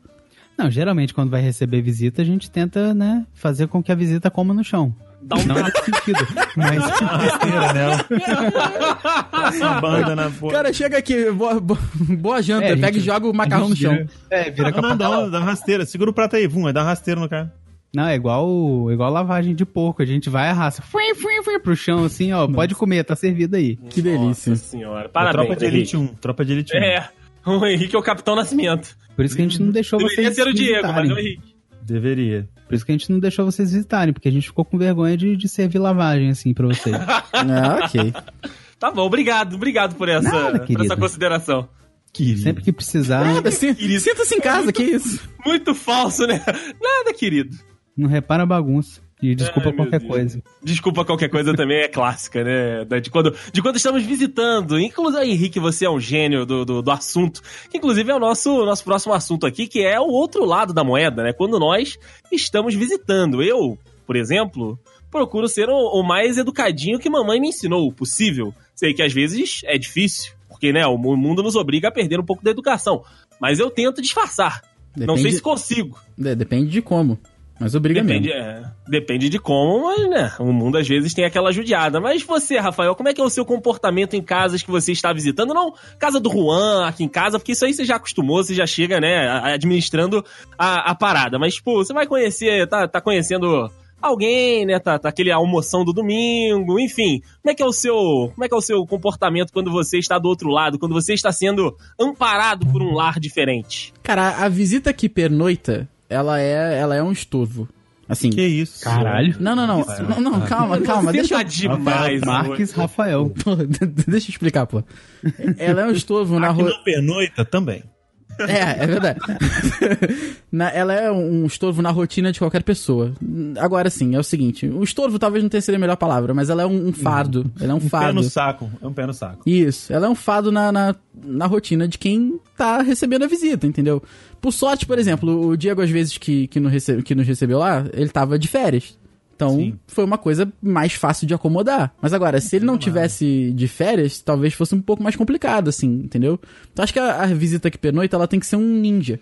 S5: Não, geralmente quando vai receber visita, a gente tenta, né, fazer com que a visita coma no chão.
S3: Dá um
S5: Não nesse sentido, mas
S4: Besteira nela. Passa uma né? banda na porra.
S2: cara, chega aqui, boa, boa- boa janta,
S5: É, a
S2: pega
S5: gente- [laughs]
S2: e joga o macarrão
S5: a
S2: no
S5: gente
S2: chão.
S4: um
S5: vira- É, vira
S4: Não, não, dá, uma- dá uma rasteira. Segura o prato aí, vum, aí dá uma rasteira no cara.
S5: Não, é igual, igual lavagem de porco. A gente vai e arrasta fui, fui, fui, pro chão, assim, ó. Pode comer, tá servido aí.
S2: Que delícia.
S3: Nossa senhora.
S4: A
S3: Parabéns,
S4: tropa de
S3: Henrique.
S4: Elite 1. Tropa de Elite 1.
S3: É. O Henrique é o Capitão Nascimento.
S5: Por isso que a gente não deixou
S3: Deveria
S5: Então vocês
S3: ser o Diego, mas é o
S5: visitarem.
S3: Henrique.
S4: Deveria.
S5: Por isso que a gente não deixou vocês visitarem, porque a gente ficou com vergonha de, de servir lavagem, assim, pra vocês.
S2: Ah, ok.
S5: [laughs]
S3: Tá bom, obrigado, obrigado por essa,
S5: Nada,
S3: por essa
S5: querido.
S3: consideração.
S4: Queria.
S5: Sempre [laughs] que precisar,
S2: Nada, se- Ah, Sinta-se em casa, que isso?
S3: Muito falso, né? Nada, querido.
S5: não repara a bagunça. E desculpa
S3: Ai, meu
S5: qualquer
S3: Deus.
S5: coisa.
S3: Desculpa qualquer coisa também é clássica, né? Da- De quando, de quando estamos visitando. Inclusive, Henrique, você é um gênio do, do, do assunto. Que inclusive é o nosso, nosso próximo assunto aqui, que é o outro lado da moeda, né? Quando nós estamos visitando. Eu, por exemplo, procuro ser o, o mais educadinho que mamãe me ensinou, possível. Sei que às vezes é difícil, porque né, o mu- mundo nos obriga a perder um pouco da educação. Mas eu tento disfarçar. Não sei se consigo.
S2: de- depende de como. Mas obriga
S3: Depende,
S2: mesmo.
S3: é, depende de como, mas né, o mundo às vezes tem aquela judiada. Mas você, Rafael, como é que é o seu comportamento em casas que você está visitando? Não casa do Juan, aqui em casa, porque isso aí você já acostumou, você já chega, né, a- administrando a, a parada. Mas, pô, você vai conhecer, tá, tá conhecendo alguém, né, tá, tá aquele almoção do domingo, enfim. Como é que é o seu, como é que é o seu comportamento quando você está do outro lado, quando você está sendo amparado por um lar diferente?
S2: Cara, a visita que pernoita, ela é, ela é um estovo. Assim.
S4: Que isso?
S2: Não, não, não. Não, não, calma, calma.
S3: Você
S2: Ah, Deixa
S3: tá
S2: eu.
S5: Ah,
S3: demais,
S5: Marques Rafael.
S2: Pô, [laughs] deixa eu explicar, pô. Ela é um estovo na
S4: Aqui
S2: rua.
S4: não pernoita também.
S2: É, é verdade. [laughs] Na- ela é um estorvo na rotina de qualquer pessoa. Agora sim, é o seguinte: o estorvo talvez não tenha sido a melhor palavra, mas ela é um, um fardo. Ela é um
S4: Um pé
S2: fardo.
S4: no saco. É um pé no saco.
S2: Isso, ela é um fado na, na, na rotina de quem tá recebendo a visita, entendeu? Por sorte, por exemplo, o Diego, às vezes que, que, nos, rece- que nos recebeu lá, ele tava de férias. Então,
S4: Sim.
S2: foi uma coisa mais fácil de acomodar. Mas agora, se ele não tivesse de férias, talvez fosse um pouco mais complicado, assim, entendeu? Então, acho que a, a visita que pernoita, ela tem que ser um ninja.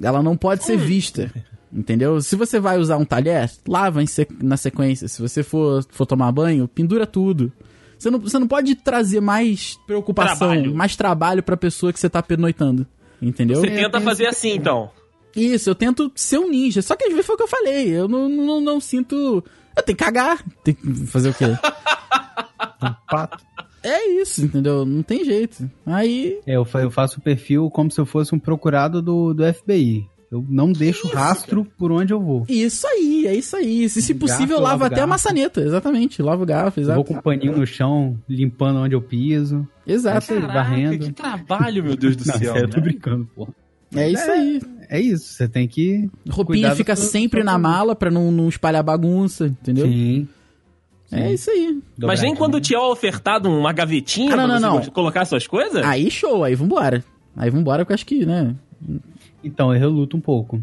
S2: Ela não pode ser vista. Entendeu? Se você vai usar um talher, lava em se- na sequência. Se você for, for tomar banho, pendura tudo. Você não, você não pode trazer mais preocupação,
S3: Trabalho.
S2: mais trabalho pra pessoa que você tá pernoitando. Entendeu?
S3: Você tenta fazer assim, então.
S2: Isso, eu tento ser um ninja. Só que às vezes foi o que eu falei. Eu não, não, não sinto. Eu tenho que cagar. Tem que fazer o
S5: [laughs]
S2: quê?
S5: Um
S4: Pato.
S2: é isso, entendeu? Não tem jeito. Aí.
S5: É, eu fa- eu faço o perfil como se eu fosse um procurado do, do FBI. Eu não deixo rastro por onde eu vou.
S2: Isso aí, é isso aí. Se, se
S5: Garfo,
S2: possível,
S5: eu lavo
S2: lava até a
S5: garfo.
S2: maçaneta. Exatamente. Lava o garfo,
S5: Eu
S2: exato.
S5: vou com um paninho no chão, limpando onde eu piso.
S2: Exato.
S5: Caraca, varrendo.
S3: que trabalho, meu Deus do
S5: Não,
S3: céu.
S5: sério, eu tô brincando, pô.
S2: É isso aí.
S5: É isso, você tem que.
S2: Roupinha
S5: Cuidado
S2: fica
S5: com-
S2: sempre
S5: com-
S2: na mala pra não, não espalhar bagunça, entendeu?
S5: Sim.
S2: É isso aí.
S3: Mas nem
S5: dobradinha.
S3: quando te é ofertado uma gavetinha
S2: Ah, não,
S3: pra
S2: não,
S3: você
S2: não.
S3: colocar suas coisas?
S2: Aí show, aí vambora. Aí vambora, porque eu acho que, né?
S5: Então, eu reluto um pouco.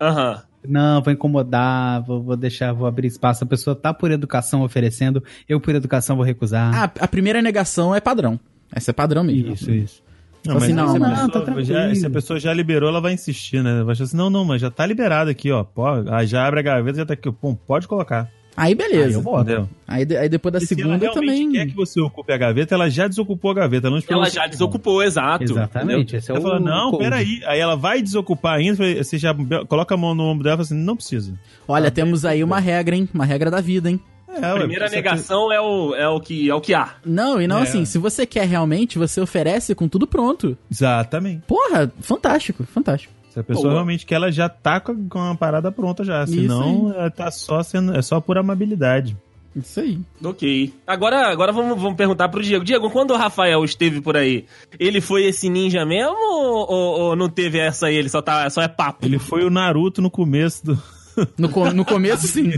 S3: Aham.
S5: Não, vou incomodar, vou, vou deixar, vou abrir espaço. A pessoa tá por educação oferecendo, eu por educação vou recusar.
S2: Ah, a primeira negação é padrão. Essa é padrão mesmo.
S5: isso, isso.
S4: Não,
S2: Assim, não,
S4: se, a
S2: não,
S4: pessoa
S5: tá tranquilo.
S4: já, se a pessoa já liberou, ela vai insistir, né? Vai achar assim, não, não, mas já tá liberado aqui, ó. Pô, aí já abre a gaveta, já tá aqui, pum, pode colocar.
S2: Aí beleza. Aí,
S4: Entendeu?
S2: de- aí depois da
S4: E se
S2: segunda
S4: ela realmente
S2: também.
S4: quer que você ocupe a gaveta, ela já desocupou a gaveta. Não esperou
S3: Ela
S4: Então você
S3: já
S4: ocupar.
S3: desocupou, exato. Ah, entendeu?
S5: Exatamente. Esse é
S4: Ela
S5: o
S4: fala, Tá não,
S5: code.
S4: peraí. Aí ela vai desocupar ainda, você já be- coloca a mão no ombro dela e fala assim, não precisa.
S2: Olha, temos aí uma regra, hein? Uma regra da vida, hein?
S4: É,
S3: A
S4: ué,
S3: primeira
S4: você-
S3: negação é o, é, o que, é o que há.
S2: Não, e não
S4: É.
S2: assim, se você quer realmente, você oferece com tudo pronto.
S4: Exatamente.
S2: Porra, fantástico, fantástico.
S4: Se a pessoa
S3: Boa.
S4: realmente quer, ela já tá com a- com a parada pronta já.
S2: Isso
S4: Senão, ela tá só sendo, é só por amabilidade.
S2: Isso aí.
S3: Ok. Agora, agora vamos, vamos perguntar pro Diego. Diego, quando o Rafael esteve por aí, ele foi esse ninja mesmo ou, ou- ou não teve essa aí? Ele só, tá, só é papo?
S4: Ele foi o Naruto no começo do, [laughs]
S2: No, co- no começo, sim.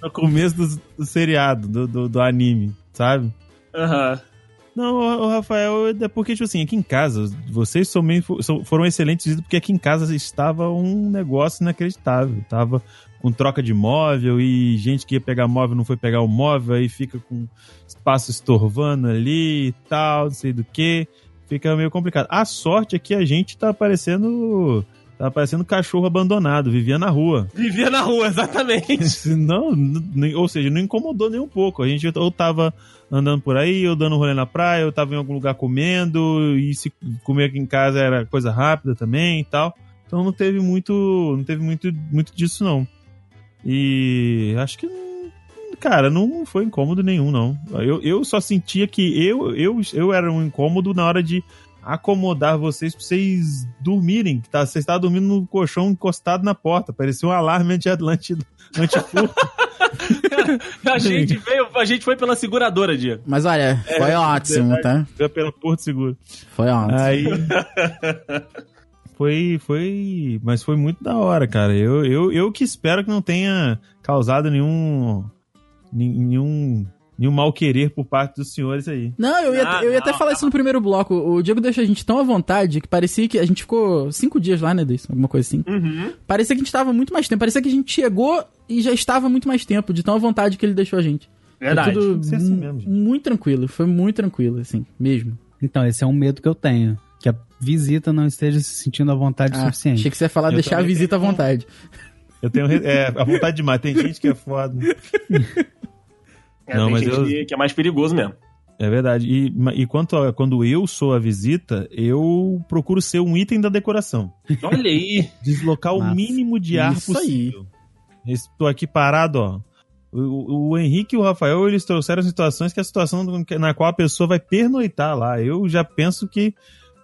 S4: no começo do, do seriado, do, do, do anime, sabe?
S3: Aham.
S4: Não, o, o Rafael, é porque, tipo assim, aqui em casa, vocês são meio, fo- são- foram excelentes nisso, porque aqui em casa estava um negócio inacreditável. Tava com troca de móvel e gente que ia pegar móvel não foi pegar o móvel, aí fica com espaço estorvando ali e tal, não sei do que. Fica meio complicado. A sorte é que a gente tá parecendo. Tá parecendo cachorro abandonado, vivia na rua.
S3: Vivia na rua, [laughs] exatamente.
S4: [laughs] Não, n- ou seja, não incomodou nem um pouco. A gente ou tava andando por aí, ou dando um rolê na praia, ou tava em algum lugar comendo, e se comer aqui em casa era coisa rápida também e tal. Então não teve muito, não teve muito, muito disso não. E acho que, hum, cara, não foi incômodo nenhum, não. Eu, eu só sentia que eu, eu, eu era um incômodo na hora de acomodar vocês pra vocês dormirem. que Tá, vocês estavam dormindo no colchão encostado na porta. Parecia um alarme anti-Atlântida. Antifurto.
S3: A gente veio, a gente foi pela seguradora, Diego.
S2: Mas
S4: É,
S2: olha, foi ótimo, tá?
S4: pela né, Porto Seguro.
S2: Foi ótimo.
S4: Aí. Foi, foi. Mas foi muito da hora, cara. Eu, eu, eu que espero que não tenha causado nenhum. nenhum. nenhum mal querer por parte dos senhores aí.
S2: Não, eu ia,
S4: Ah,
S3: Não,
S2: eu ia até
S3: não,
S2: falar isso no primeiro bloco. O Diego deixou a gente tão à vontade que parecia que a gente ficou cinco dias lá, né, Deison? Alguma coisa assim.
S3: Uhum.
S2: Parecia que a gente tava muito mais tempo. Parecia que a gente chegou e já estava muito mais tempo, de tão à vontade que ele deixou a gente.
S3: Verdade.
S2: Foi
S4: Tem que
S2: É tudo
S4: ser assim mesmo, gente.
S2: muito tranquilo. Foi muito tranquilo, assim, mesmo.
S5: Então, esse é um medo que eu tenho. Que a visita não esteja se sentindo à vontade o
S2: Ah,
S5: suficiente.
S2: achei que você ia falar
S4: Eu
S2: deixar a
S4: também
S2: visita à
S4: tenho-
S2: vontade.
S4: Eu tenho. re- É, a vontade demais. Tem gente que é foda.
S3: É,
S4: Não,
S3: tem
S4: mas
S3: gente
S4: eu-
S3: que- que é mais perigoso mesmo.
S4: É verdade. E, ma- e quanto a, quando eu sou a visita, eu procuro ser um item da decoração.
S3: Olha aí.
S4: Deslocar o
S5: Massa.
S4: mínimo de ar
S2: Isso
S4: possível. Estou aqui parado, ó. O, o- o Henrique e o Rafael, eles trouxeram situações que é a situação na qual a pessoa vai pernoitar lá. Eu já penso que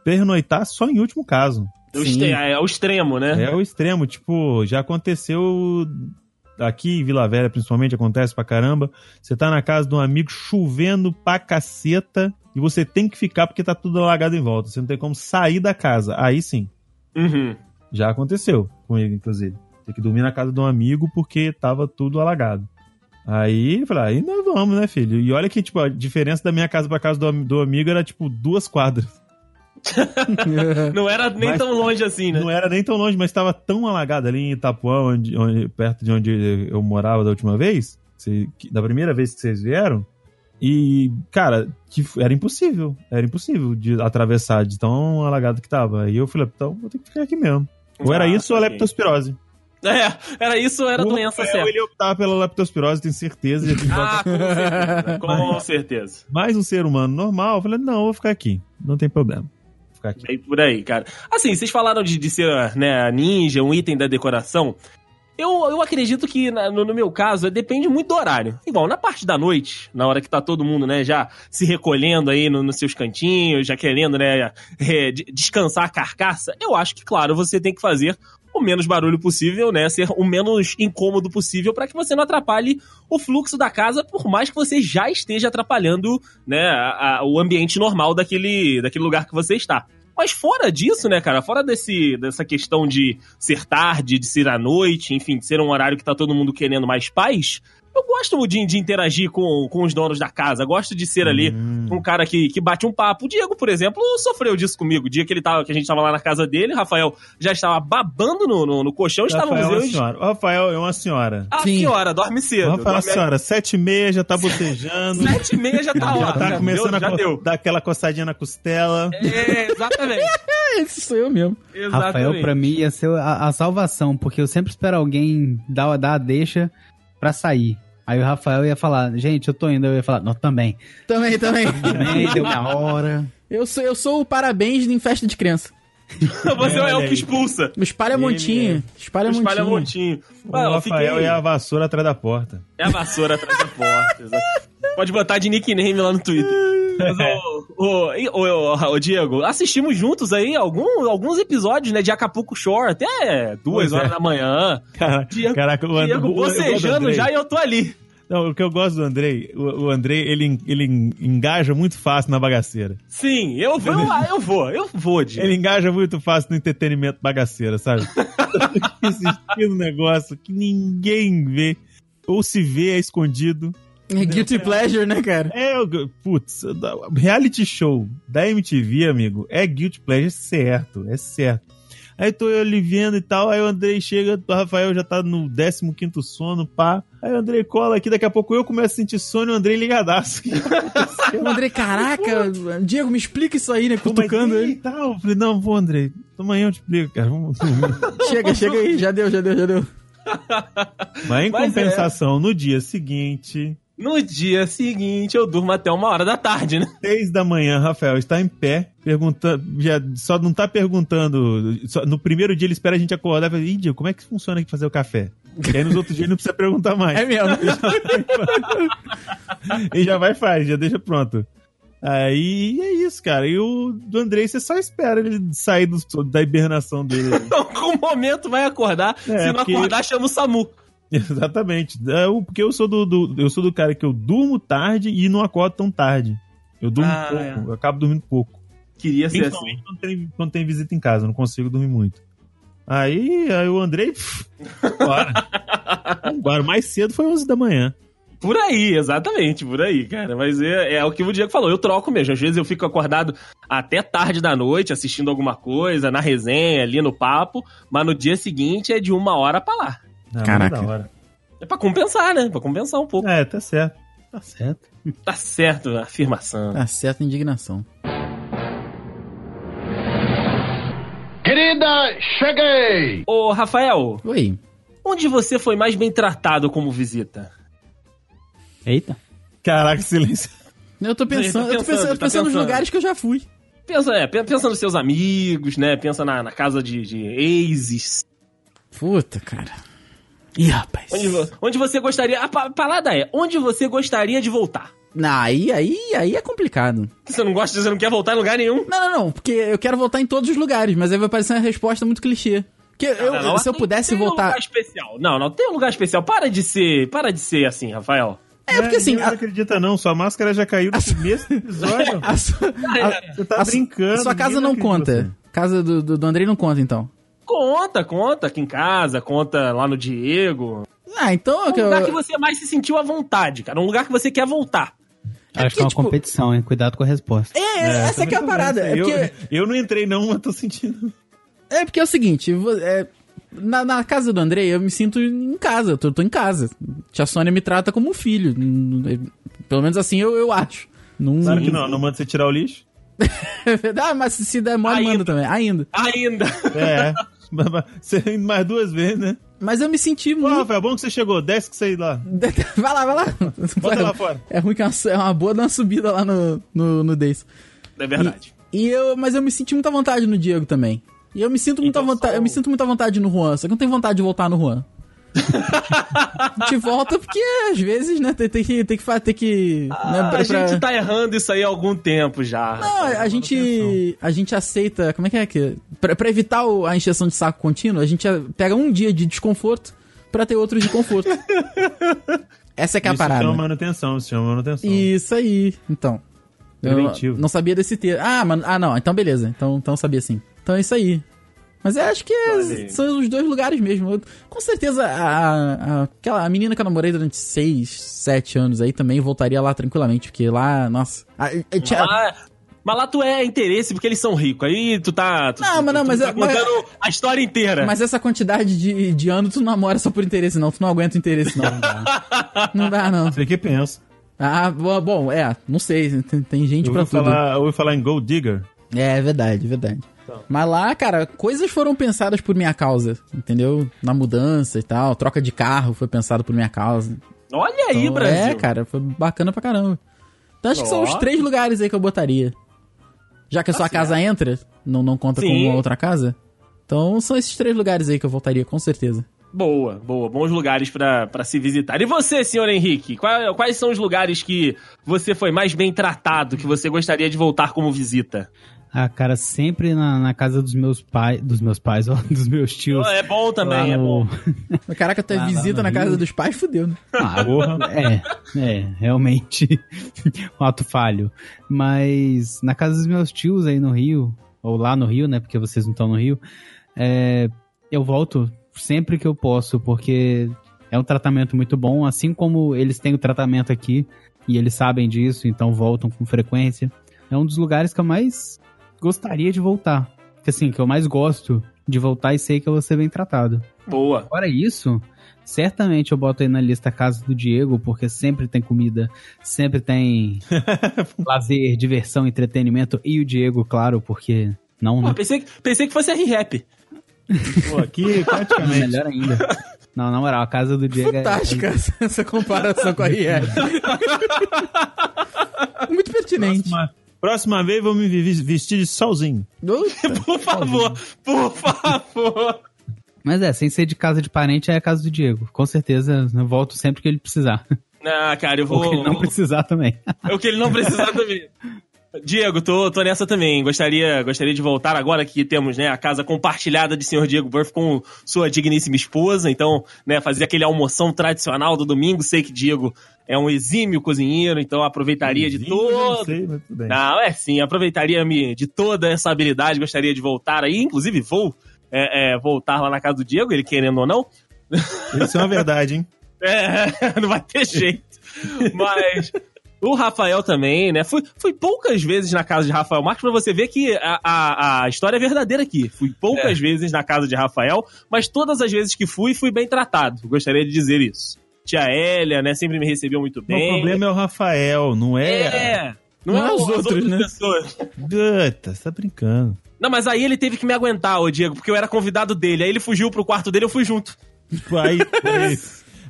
S4: pernoitar só em último caso.
S3: É o
S2: Sim.
S3: este- É o extremo, né?
S4: É o extremo, tipo, já aconteceu aqui em Vila Velha, principalmente, acontece pra caramba. Você tá na casa de um amigo chovendo pra caceta e você tem que ficar porque tá tudo alagado em volta. Você não tem como sair da casa. Aí sim,
S3: Uhum.
S4: já aconteceu comigo, inclusive. Tem que dormir na casa de um amigo porque tava tudo alagado. Aí, eu falei, aí nós vamos, né, filho? E olha que, tipo, a diferença da minha casa pra casa do, am- do amigo era, tipo, duas quadras.
S3: Não era nem
S4: Mas-
S3: tão longe assim, né?
S4: Não era nem tão longe, mas estava tão alagado ali em Itapuã, onde- onde- perto de onde eu morava da última vez, se- que- da primeira vez que vocês vieram. E, cara, que f- era impossível. Era impossível de atravessar de tão alagado que tava. Aí eu falei, então vou ter que ficar aqui mesmo. Ou era é,
S3: Ah,
S4: isso ou a
S3: ok.
S4: leptospirose.
S3: É, era isso ou era
S4: O
S3: doença
S4: Rafael,
S3: certa?
S4: Ele optava pela leptospirose, tenho certeza. Ele
S3: Ah, com
S4: [laughs]
S3: certeza. Com certeza.
S4: mais um ser humano normal. Eu falei, não, eu vou ficar aqui. Não tem problema. Vou ficar aqui.
S3: Bem por aí, cara. Assim, vocês falaram de, de ser né, ninja, um item da decoração. Eu, eu acredito que, na- no, no meu caso, depende muito do horário. Igual, na parte da noite, na hora que tá todo mundo, né, já se recolhendo aí no- nos seus cantinhos, já querendo, né, é, de- descansar a carcaça, eu acho que, claro, você tem que fazer o menos barulho possível, né, ser o menos incômodo possível para que você não atrapalhe o fluxo da casa, por mais que você já esteja atrapalhando, né, a- a- o ambiente normal daquele, daquele lugar que você está. Mas fora disso, né, cara? Fora desse, dessa questão de ser tarde, de ser à noite, enfim, de ser um horário que tá todo mundo querendo mais paz, eu gosto de, de interagir com, com os donos da casa, gosto de ser ali
S4: Hum.
S3: um cara que, que bate um papo. O Diego, por exemplo, sofreu disso comigo. O dia que, ele tava, que a gente tava lá na casa dele, Rafael já estava babando no, no, no colchão, estávamos
S4: Rafael é
S3: eu
S4: uma
S3: e
S4: senhora. O Rafael é uma senhora.
S3: a
S2: Sim.
S3: senhora, dorme cedo.
S4: Vamos falar,
S3: dorme às
S4: senhora, sete e meia já tá bocejando.
S3: Sete e meia já tá lá.
S4: já tá
S3: já
S4: começando
S3: deu,
S4: a
S3: já
S4: co-
S3: deu.
S4: dar aquela coçadinha na costela.
S3: É, exatamente.
S2: [laughs] É, Esse sou eu mesmo.
S3: [laughs] exatamente.
S5: Rafael, pra mim, ia ser a, a salvação, porque eu sempre espero alguém dar, dar a deixha pra sair. Aí o Rafael ia falar, gente, eu tô indo. Eu ia falar, não, também.
S2: Também, também.
S5: [laughs] Também, deu minha hora.
S2: [laughs] Eu sou, eu sou o parabéns em festa de criança.
S3: Você é o
S4: Olha
S3: que
S4: aí.
S3: espulsa.
S2: O espalha-montinho. Espalha-montinho.
S3: Espalha montinho.
S4: O Rafael é a vassoura atrás da porta.
S3: É a vassoura atrás da porta. exato. Pode botar de nickname lá no Twitter. Mas, ô, ô, e- ô, ô, ô, Diego, assistimos juntos aí algum- alguns episódios, né, de Acapulco Shore, até duas
S4: Pois é.
S3: horas da manhã.
S4: Cara,
S3: Diego-
S4: caraca, o, And-
S3: Diego
S4: o- o- o
S3: bocejando
S4: Andrei-
S3: já e eu tô ali.
S4: Não, o que eu gosto do Andrei, o, o Andrei, ele, en- ele en- engaja muito fácil na bagaceira.
S3: Sim, eu vou, eu, eu vou, eu vou, Diego.
S4: Ele engaja muito fácil no entretenimento bagaceira, sabe? Existindo um negócio que ninguém vê. Ou se vê, é escondido.
S2: É Guilty pleasure, né, [laughs] cara?
S4: É, eu- putz, da- reality show da MTV, amigo, é Guilty Pleasure certo, é certo. Aí tô eu ali vendo e tal, aí o Andrei chega, o Rafael já tá no 15º sono, pá. Aí o Andrei cola aqui, daqui a pouco eu começo a sentir sono e o Andrei ligadaço. [laughs]
S2: Eu, Andrei, caraca, Diego, me explica isso aí, né? Cutucando
S4: Mas, e
S2: ele.
S4: tal. Eu falei, não, vou Andrei, amanhã eu te explico, cara, vamos dormir.
S2: Chega, chega aí. Já deu, já deu, já deu.
S4: Mas em
S3: Mas é.
S4: compensação, no dia seguinte,
S3: No dia seguinte, eu durmo até uma hora da tarde, né?
S4: 6 da manhã, Rafael está em pé, perguntando. Já, só não tá perguntando. só- no primeiro dia ele espera a gente acordar e fala, Ih, Diego, como é que funciona aqui fazer o café? E aí nos outros dias não precisa perguntar mais.
S2: É
S4: [laughs]
S2: mesmo.
S4: E já vai e faz, já deixa pronto. Aí é isso, cara. E o do Andrei, você só espera ele sair do- da hibernação dele.
S3: [laughs] Então, algum momento vai acordar. Se não
S4: porque-
S3: acordar, chama o SAMU.
S4: [laughs] Exatamente. É, o- porque eu sou do, do- eu sou do cara que eu durmo tarde e não acordo tão tarde. Eu durmo
S3: Ah,
S4: pouco,
S3: é.
S4: eu acabo dormindo pouco.
S3: Queria ser assim.
S4: Principalmente quando tem, quando tem visita em casa, eu não consigo dormir muito. Aí, aí o Andrei. pff, Bora. Bora. Mais cedo foi 11 da manhã.
S3: Por aí, exatamente, por aí, cara. Mas é, é o que o Diego falou, eu troco mesmo. Às vezes eu fico acordado até tarde da noite, assistindo alguma coisa, na resenha, ali no papo, mas no dia seguinte é de uma hora pra lá.
S4: Ah,
S2: Caraca.
S4: da hora.
S3: É pra compensar, né? Pra compensar um pouco.
S4: É, tá certo. Tá certo.
S3: Tá certo a afirmação.
S2: Tá certa indignação.
S6: Querida, cheguei!
S3: Ô, Rafael,
S2: Oi.
S3: onde você foi mais bem tratado como visita?
S5: Eita.
S4: Caraca, silêncio.
S2: Eu tô pensando, eu tô pensando, eu
S3: Tá pensando,
S2: tô
S3: tá
S2: pensando nos
S3: pensando.
S2: lugares que eu já fui.
S3: Pensa, é, pe- pensa nos seus amigos, né? Pensa na, na casa de, de exes.
S2: Puta, cara. Ih, rapaz.
S3: Onde, vo- onde você gostaria... A pa- parada é, onde você gostaria de voltar?
S2: Não, aí, aí, aí é complicado.
S3: Você não gosta, você não quer voltar em lugar nenhum?
S2: Não, não, não, porque eu quero voltar em todos os lugares, mas aí vai parecer uma resposta muito clichê. Porque eu,
S3: Não, não,
S2: se eu
S3: tem-
S2: pudesse
S3: tem Um
S2: voltar.
S3: lugar especial. Não, não, tem um lugar especial. Para de ser, para de ser assim, Rafael.
S2: É, porque assim.
S4: Ninguém
S2: a-
S4: Não acredita, não. Sua máscara já caiu no começo do
S2: [laughs]
S4: episódio.
S2: a sua- a-
S4: Você tá
S2: a su-
S4: brincando.
S2: Sua casa
S4: ninguém
S2: não
S4: acredita em você.
S2: conta. Casa do, do, do Andrei não conta, então.
S3: Conta, conta aqui em casa, conta lá no Diego.
S2: Ah, então. que
S3: Um
S2: eu-
S3: lugar que você mais se sentiu à vontade, cara. Um lugar que você quer voltar.
S5: Acho que é uma
S2: tipo-
S5: competição, hein? Cuidado com a resposta.
S2: É, é, essa aqui é a
S4: Também tô
S2: parada. É
S4: vendo isso aí.
S2: porque,
S4: Eu, eu não entrei, não, mas tô sentindo.
S2: é porque é o seguinte, vo- é, na, na casa do Andrei eu me sinto em casa, eu tô, tô em casa. Tia Sônia me trata como um filho. n- n- Pelo menos assim eu, eu acho. Não,
S4: Claro
S2: [laughs]
S4: que não, não manda você tirar o lixo.
S2: ah, mas se- se der mole,
S3: Ainda.
S2: manda também, ainda.
S3: Ainda.
S4: É. Mas- mas [laughs] Você mais duas vezes, né?
S2: Mas eu me senti
S4: Pô,
S2: muito. [laughs]
S4: Rafael, bom que você chegou. Desce que você ir lá.
S2: Vai lá, vai lá. [laughs]
S4: Bota lá fora.
S2: É ruim que é uma, su- é uma boa dar uma subida lá no, no, no Days.
S3: [laughs] É verdade.
S2: E eu, mas eu me senti muita vontade no Diego também. E eu me sinto muito
S3: Então,
S2: à vontade,
S3: só-
S2: eu me sinto muita vontade no Juan, só que eu não tenho vontade de voltar no
S3: [laughs]
S2: Juan. A gente volta porque às vezes, né, tem, tem que tem que fa- tem que, né,
S3: Ah,
S2: pra-
S3: a gente
S2: pra-
S3: tá errando isso aí há algum tempo já.
S2: Não, Ah, a, a gente a gente aceita, como é que é que pra, pra evitar o- a injeção de saco contínuo, a gente ah, pega um dia de desconforto pra ter outro de conforto. [laughs] Essa é que é a
S4: Isso
S2: parada.
S4: chama manutenção, isso chama manutenção.
S2: Isso aí. Então. Eu
S4: Preventivo.
S2: não sabia desse termo. Ah, mano. Ah, não. Então beleza. Então, então eu sabia sim. Então é isso aí. Mas eu acho que é-
S3: Olha aí.
S2: são os dois lugares mesmo. Eu- com certeza a, a- aquela a menina que eu namorei durante seis, sete anos aí também voltaria lá tranquilamente, porque lá, nossa. a- eu tinha-
S3: Mas, mas lá tu é interesse porque eles são ricos. Aí tu tá. Tu,
S2: Não,
S3: tu-
S2: mas não,
S3: tu
S2: mas
S3: tá
S2: é- mas-
S3: contando a história inteira.
S2: Mas essa quantidade de, de ano tu não namora só por interesse, não. Tu não aguenta o interesse,
S3: [laughs]
S2: não. não dá, não.
S4: Você que pensa.
S2: Ah, bo- bom, é, não sei. Tem, tem gente
S4: Eu
S2: pra
S4: ouvi
S2: tudo.
S4: falar, eu ouvi falar em Gold Digger.
S2: É, é verdade, é verdade.
S3: Tá.
S2: Mas lá, cara, coisas foram pensadas por minha causa, entendeu? Na mudança e tal, troca de carro foi pensado por minha causa.
S3: Olha aí,
S2: Então,
S3: Brasil.
S2: É, cara, foi bacana pra caramba. Então acho que são os
S3: Ó. Tá
S2: três lugares aí que eu botaria. Já que a sua casa entra, não, não conta com
S3: Sim.
S2: uma outra casa. Então são esses três lugares aí que eu voltaria, com certeza.
S3: Boa, boa. Bons lugares pra pra se visitar. E você, senhor Henrique? Qual- quais são os lugares que você foi mais bem tratado, que você gostaria de voltar como visita?
S5: Ah, cara, sempre na, na casa dos meus pais, dos meus pais, ó, [laughs] dos meus tios.
S3: É bom também,
S5: lá
S3: é
S5: no-
S3: bom.
S2: Mas, Caraca, tua
S5: Lá, lá
S2: visita
S5: no
S2: na casa
S5: Rio.
S2: dos pais fudeu, né?
S4: [laughs]
S5: Ah,
S4: Porra.
S5: É, é, realmente [laughs] um ato falho. Mas na casa dos meus tios aí no Rio, ou lá no Rio, né? Porque vocês não estão no Rio, é, eu volto sempre que eu posso, porque é um tratamento muito bom, assim como eles têm o tratamento aqui e eles sabem disso, então voltam com frequência. É um dos lugares que eu mais gostaria de voltar. Que assim, que eu mais gosto de voltar e sei que eu vou ser bem tratado.
S3: Boa.
S5: Fora isso, certamente eu boto aí na lista a casa do Diego, porque sempre tem comida, sempre tem lazer, diversão, entretenimento. E o Diego, claro, porque não,
S3: Pô,
S5: né?
S3: pensei, que- pensei que fosse R-Rap.
S5: [laughs]
S4: Pô, aqui praticamente.
S5: Melhor ainda. Não, na moral, a casa do Diego é-
S2: Fantástica essa comparação com a IR.
S5: [laughs]
S2: Muito pertinente.
S4: Próxima, próxima vez vou me vi- vestir de solzinho.
S2: Nossa.
S3: Por favor, por favor.
S5: Mas é, sem ser de casa de parente, é a casa do Diego. Com certeza, eu volto sempre que ele precisar. [laughs]
S3: Ah, cara, eu vou.
S5: Ou que ele não precisar também.
S3: É o que ele não precisar também. Diego, tô, tô nessa também. Gostaria, gostaria de voltar agora que temos né, a casa compartilhada de senhor Diego Burff com sua digníssima esposa. Então, né, fazer aquele almoção tradicional do domingo. Sei que Diego é um exímio cozinheiro, então aproveitaria de
S4: Não
S3: todo.
S4: sei, mas tudo bem.
S3: Não, é sim, aproveitaria-me de toda essa habilidade. Gostaria de voltar aí. Inclusive, vou é, é, voltar lá na casa do Diego, ele querendo ou não.
S4: Isso é uma verdade, hein?
S3: É, [laughs] não vai ter jeito. Mas o Rafael também, né? Fui, fui poucas vezes na casa de Rafael Marques pra você ver que a, a, a história é verdadeira aqui. Fui poucas vezes na casa de Rafael, mas todas as vezes que fui, fui bem tratado. Gostaria de dizer isso. Tia Hélia, né? Sempre me recebeu muito
S4: Mas
S3: bem.
S4: O problema [laughs] é o Rafael, não é?
S3: é. Não, é os outros, né? Pessoas.
S4: Puta, você tá brincando.
S3: Não, mas aí ele teve que me aguentar, ô Diego, porque eu era convidado dele. Aí ele fugiu pro quarto dele, eu fui junto.
S4: Tipo, [laughs] Aí, aí,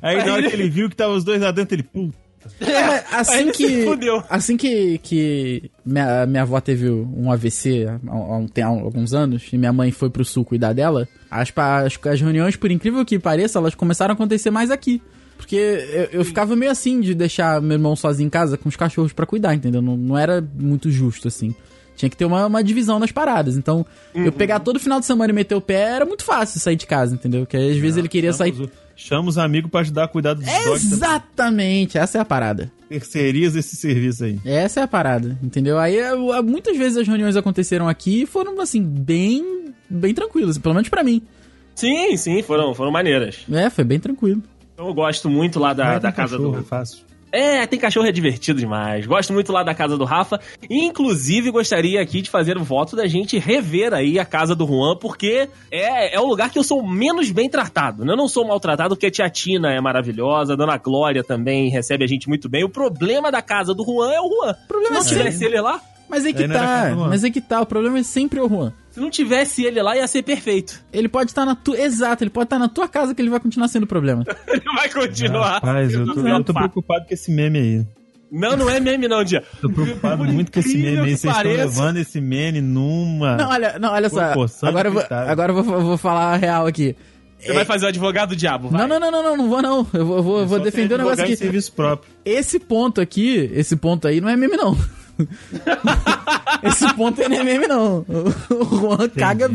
S4: aí na hora que ele viu que tava os dois lá dentro, ele, puta.
S2: É, assim
S3: ele se
S2: que.
S3: fudeu.
S2: Assim que, que minha, minha avó teve um AVC há, há um- tem há alguns anos e minha mãe foi pro sul cuidar dela, as, pa- as, as reuniões, por incrível que pareça, elas começaram a acontecer mais aqui. Porque eu, eu ficava meio assim de deixar meu irmão sozinho em casa com os cachorros pra cuidar, entendeu? Não, não era muito justo, assim. Tinha que ter uma, uma divisão nas paradas. Então, eu pegar todo final de semana e meter o pé era muito fácil sair de casa, entendeu? Porque às vezes ele queria sair.
S4: Chama os- Chama os amigos pra ajudar a cuidar dos dogs. também.
S2: Exatamente, essa é a parada.
S4: Terceiriza esse serviço aí.
S2: Essa é a parada, entendeu? Aí eu- muitas vezes as reuniões aconteceram aqui e foram assim bem bem tranquilas, pelo menos pra mim.
S3: Sim, sim, foram, foram maneiras.
S2: É, foi bem tranquilo.
S3: Então eu gosto muito lá da,
S4: Vai
S3: da
S4: com
S3: casa
S4: cachorro,
S3: do. [laughs]
S4: é fácil.
S3: É, tem cachorro é divertido demais. Gosto muito lá da casa do Rafa. Inclusive, gostaria aqui de fazer o voto da gente rever aí a casa do Juan, porque é, é o lugar que eu sou menos bem tratado. né? Eu não sou maltratado porque a tia Tina é maravilhosa, a dona Glória também recebe a gente muito bem. O problema da casa do Juan é o Juan. O
S2: problema é
S3: se não
S2: dele.
S3: tivesse ele lá,
S2: Mas é que
S4: Aí não era
S2: tá,
S4: casa do Juan.
S2: mas é que tá, o problema é sempre o Juan.
S3: se não tivesse ele lá, ia ser perfeito. [laughs]
S2: Ele pode estar na tua, exato, ele pode estar na tua casa que ele vai continuar sendo problema.
S3: Ele vai continuar.
S4: Rapaz, eu tô,
S3: sendo
S4: eu tô
S3: pato.
S4: preocupado com esse meme aí.
S3: Não, não é meme, não, Dia.
S4: Tô preocupado
S3: Por
S4: muito com esse
S3: incrível
S4: meme aí.
S3: que
S4: Vocês estão
S3: pareça.
S4: levando esse meme numa.
S2: Não, olha, não, olha só.
S4: Proporção
S2: Agora eu vou,
S4: inacreditável.
S2: agora eu vou, vou falar a real aqui.
S3: Você vai fazer o advogado do diabo, vai.
S2: Não, não, não, não, não, não vou não. Eu vou, eu vou, eu vou
S4: Só
S2: defender o
S4: tem
S2: negócio
S4: advogado em
S2: aqui.
S4: serviço próprio.
S2: Esse ponto aqui, esse ponto aí não é meme, não. [laughs] esse ponto aí não é meme, não. O Juan caga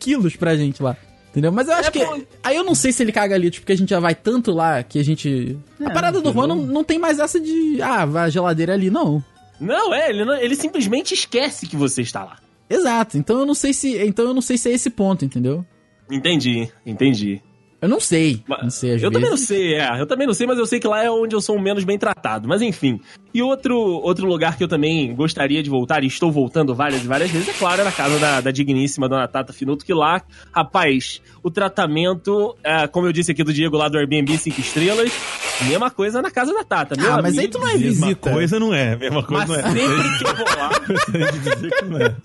S2: quilos pra gente lá. Entendeu? Mas eu acho
S3: É
S2: que.
S3: bom.
S2: Aí eu não sei se ele caga litros, porque a gente já vai tanto lá que a gente. a parada do Juan não, não tem mais essa de. Ah, vai a geladeira ali, não.
S3: Não, é, ele, não- ele simplesmente esquece que você está lá.
S2: Exato. Então eu não sei se. Então eu não sei se é esse ponto, entendeu?
S3: Entendi, entendi.
S2: Eu não sei.
S3: Mas-
S2: não sei, às
S3: eu
S2: vezes.
S3: também não sei, é. Eu também não sei, mas eu sei que lá é onde eu sou menos bem tratado. Mas enfim. E outro, outro lugar que eu também gostaria de voltar, e estou voltando várias e várias vezes, é claro, é na casa da, da digníssima dona Tata Finuto, que lá, rapaz, o tratamento, é, como eu disse aqui do Diego lá do Airbnb 5 estrelas, mesma coisa na casa da Tata. meu
S2: Ah, mas aí
S3: amigo.
S2: tu não é visita.
S4: Mesma coisa não é. Mesma coisa
S3: Mas
S4: não [laughs] é.
S3: sempre que eu vou lá,
S4: Gostaria de dizer que não é.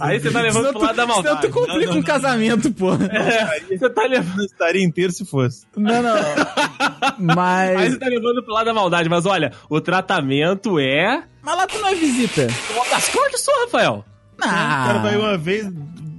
S3: aí você tá levando
S2: Senão
S3: pro lado da
S2: tu, senão
S3: maldade.
S2: tu complica
S4: não,
S2: um casamento, pô.
S3: É, você tá levando.
S4: Eu estaria inteiro se fosse.
S2: Não, não.
S3: Aí
S2: Mas.
S3: você tá levando pro lado da maldade, mas olha, o tratamento é.
S2: Mas lá tu não é visita.
S3: As cores que sou, Rafael.
S4: O cara vai
S2: Ah,
S4: uma vez,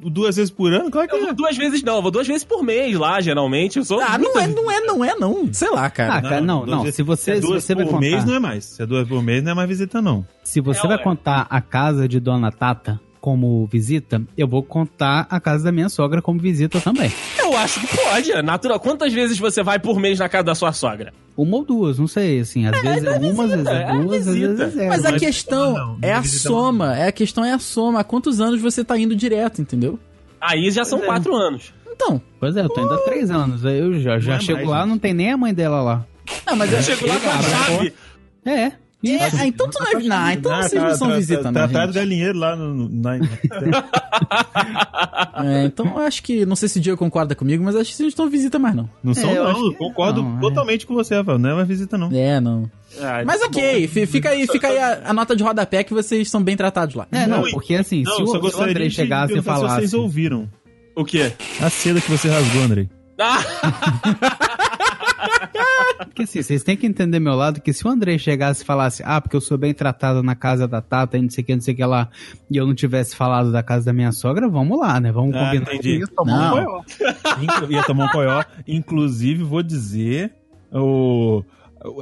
S4: duas vezes por ano, claro que
S3: Eu
S4: é.
S3: vou duas vezes, não, eu vou duas vezes por mês lá, geralmente. Eu sou.
S2: ah
S3: muito-
S2: não, é, não é, não é, não. Sei lá,
S5: Ah,
S2: cara.
S5: cara, não,
S4: duas
S5: não.
S4: vezes-
S5: Se você,
S4: é
S5: se
S4: duas
S5: você vai
S4: por mês não
S5: contar,
S4: é mais. Se é duas por mês não é mais visita, não.
S5: se você
S3: Não,
S5: vai
S3: é.
S5: contar a casa de Dona Tata como visita, eu vou contar a casa da minha sogra como visita também.
S3: Eu acho que pode, é natural. Quantas vezes você vai por mês na casa da sua sogra?
S5: Uma ou duas, não sei, assim, às vezes é uma, às vezes
S3: visita, é
S5: é duas, às
S3: visita.
S5: vezes é
S2: Mas a
S4: mas-
S2: questão
S4: não, não,
S2: é a
S4: visita
S2: soma. É a questão é a soma. Há quantos anos você tá indo direto, entendeu? Aí
S3: Já são quatro anos.
S2: Então.
S5: Pois é, eu tô ainda há três anos. aí Eu já, já
S4: Não é
S5: chego
S4: mais,
S5: lá,
S4: gente.
S5: não tem nem a mãe dela lá.
S2: Ah, mas eu...
S3: Chegou lá com a
S2: né?
S3: chave.
S5: É.
S2: É, ah, então tu não é. Não, então
S4: Ah,
S2: vocês
S4: tá,
S2: não são
S4: tá,
S2: visita,
S4: tá,
S2: não.
S4: Trataram
S2: gente.
S4: galinheiro lá no, no- na.
S2: É, então eu acho que. Não sei se o Diego concorda comigo, mas acho que vocês não estão visita mais, não.
S4: Não são,
S5: É, eu acho
S4: não.
S5: que
S4: Eu concordo
S5: não, é.
S4: totalmente com você, Rafael. Não é mais visita, não.
S2: É, não.
S3: Ah,
S2: Mas
S3: tá
S2: ok, fi- fica aí, fica aí a, a nota de rodapé que vocês são bem tratados lá.
S5: É, não,
S4: Não,
S5: porque assim,
S4: Não,
S5: se,
S4: eu só
S5: o, se o
S4: gostaria
S5: Andrei
S4: de
S5: chegasse e
S4: perguntar se
S5: falasse.
S4: vocês ouviram
S3: bom. O quê?
S4: a seda que você rasgou, Andrei.
S3: Ah,
S5: Porque assim, vocês têm que entender meu lado que se o André chegasse e falasse, ah, porque eu sou bem tratado na casa da Tata e não sei o que, não sei o que lá, e eu não tivesse falado da casa da minha sogra, vamos lá, né? Vamos
S4: Ah,
S5: combinar
S4: entendi.
S5: isso, tomar
S2: Não.
S5: um coió.
S4: Inclu- ia tomar um coió. Inclusive, vou dizer, o,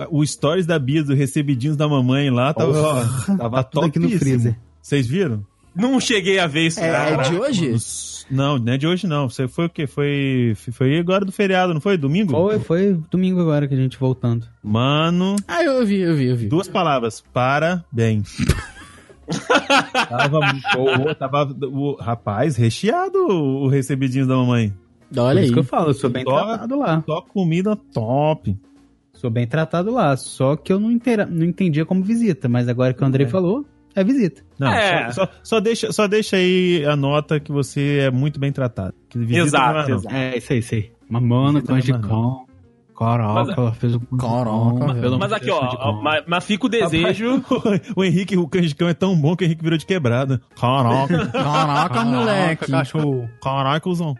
S4: o stories da Bia do Recebidinhos da Mamãe lá tava, ó, tava
S5: Tá tudo aqui no
S4: topíssimo.
S5: freezer.
S4: Vocês viram?
S3: Não cheguei a ver isso.
S2: É
S3: cara.
S2: de hoje?
S4: Nos- Não, não é de hoje não. Você foi o quê? Foi, foi agora do feriado, não foi? Domingo?
S5: Foi, foi domingo agora que a gente voltando.
S4: Mano,
S2: Ah, eu vi, eu vi, eu vi.
S4: duas palavras.
S3: [laughs]
S4: Parabéns. tava, o, tava o, rapaz, recheado o Recebidinhos da Mamãe.
S5: Por
S2: Olha aí.
S5: isso que eu falo, eu sou bem
S4: Só-
S5: tratado lá.
S4: Só comida top.
S5: Sou bem tratado lá, só que eu não, intera- não entendia como visita, mas agora que o Andrei falou, é visita.
S4: Não,
S3: É.
S4: só, só- só deixa, só deixa aí a nota que você é muito bem tratado. Que visita
S3: Exato,
S4: não é, não.
S3: exato.
S5: É, isso aí, isso aí. Mamona,
S4: Visita, né,
S5: canjicão, coroca, fez um
S2: Coroca, velho.
S5: pelo amor
S3: é- Mas
S5: de
S3: aqui,
S5: Deus,
S3: ó,
S5: canjicão.
S3: ó, mas, mas fica o desejo.
S4: [laughs] O Henrique, o canjicão é tão bom que o Henrique virou de quebrada. Caraca,
S2: Caraca, moleque.
S5: cachorro.
S4: caraca, usão.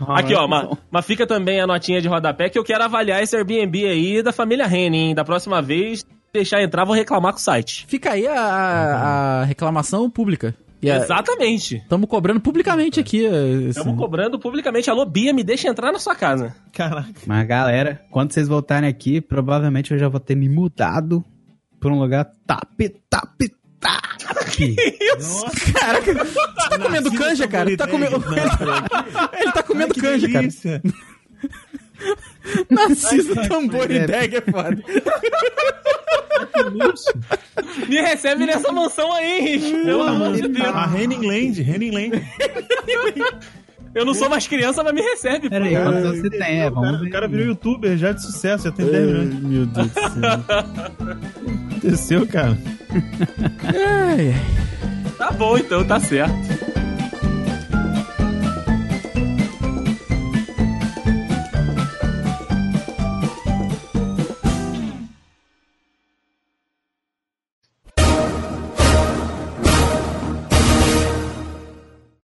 S3: Aqui, ó, mas, mas fica também a notinha de rodapé que eu quero avaliar esse Airbnb aí da família Henning, hein? Da próxima vez, deixar entrar, vou reclamar com o site.
S2: Fica aí a, a- a reclamação pública. E a-
S3: Exatamente.
S2: Tamo cobrando publicamente aqui. Assim.
S3: Estamos cobrando publicamente. Alô, Bia, me deixa entrar na sua casa.
S4: Caraca.
S5: Mas galera, quando vocês voltarem aqui, provavelmente eu já vou ter me mudado pra um lugar tap, tap, tap.
S2: [laughs]
S4: Nossa,
S2: Caraca, você tá comendo canja, cara? Ele tá comendo, [laughs] ele tá comendo canja, cara.
S4: delícia.
S2: Narciso Tamborideg é foda.
S3: Me recebe nessa mansão aí, Henrique. Pelo amor de Deus.
S4: A Henning Land, Henning Land.
S3: Eu não sou mais criança, mas me recebe. pô.
S5: Pera aí, quantos anos você tem? É,
S4: o, cara,
S5: vamos
S4: o cara
S5: ver.
S4: virou youtuber já de sucesso, já tem 10 milhões. Meu Deus do céu. [laughs] Aconteceu, cara.
S2: Ai, ai.
S3: Tá bom, então, tá certo.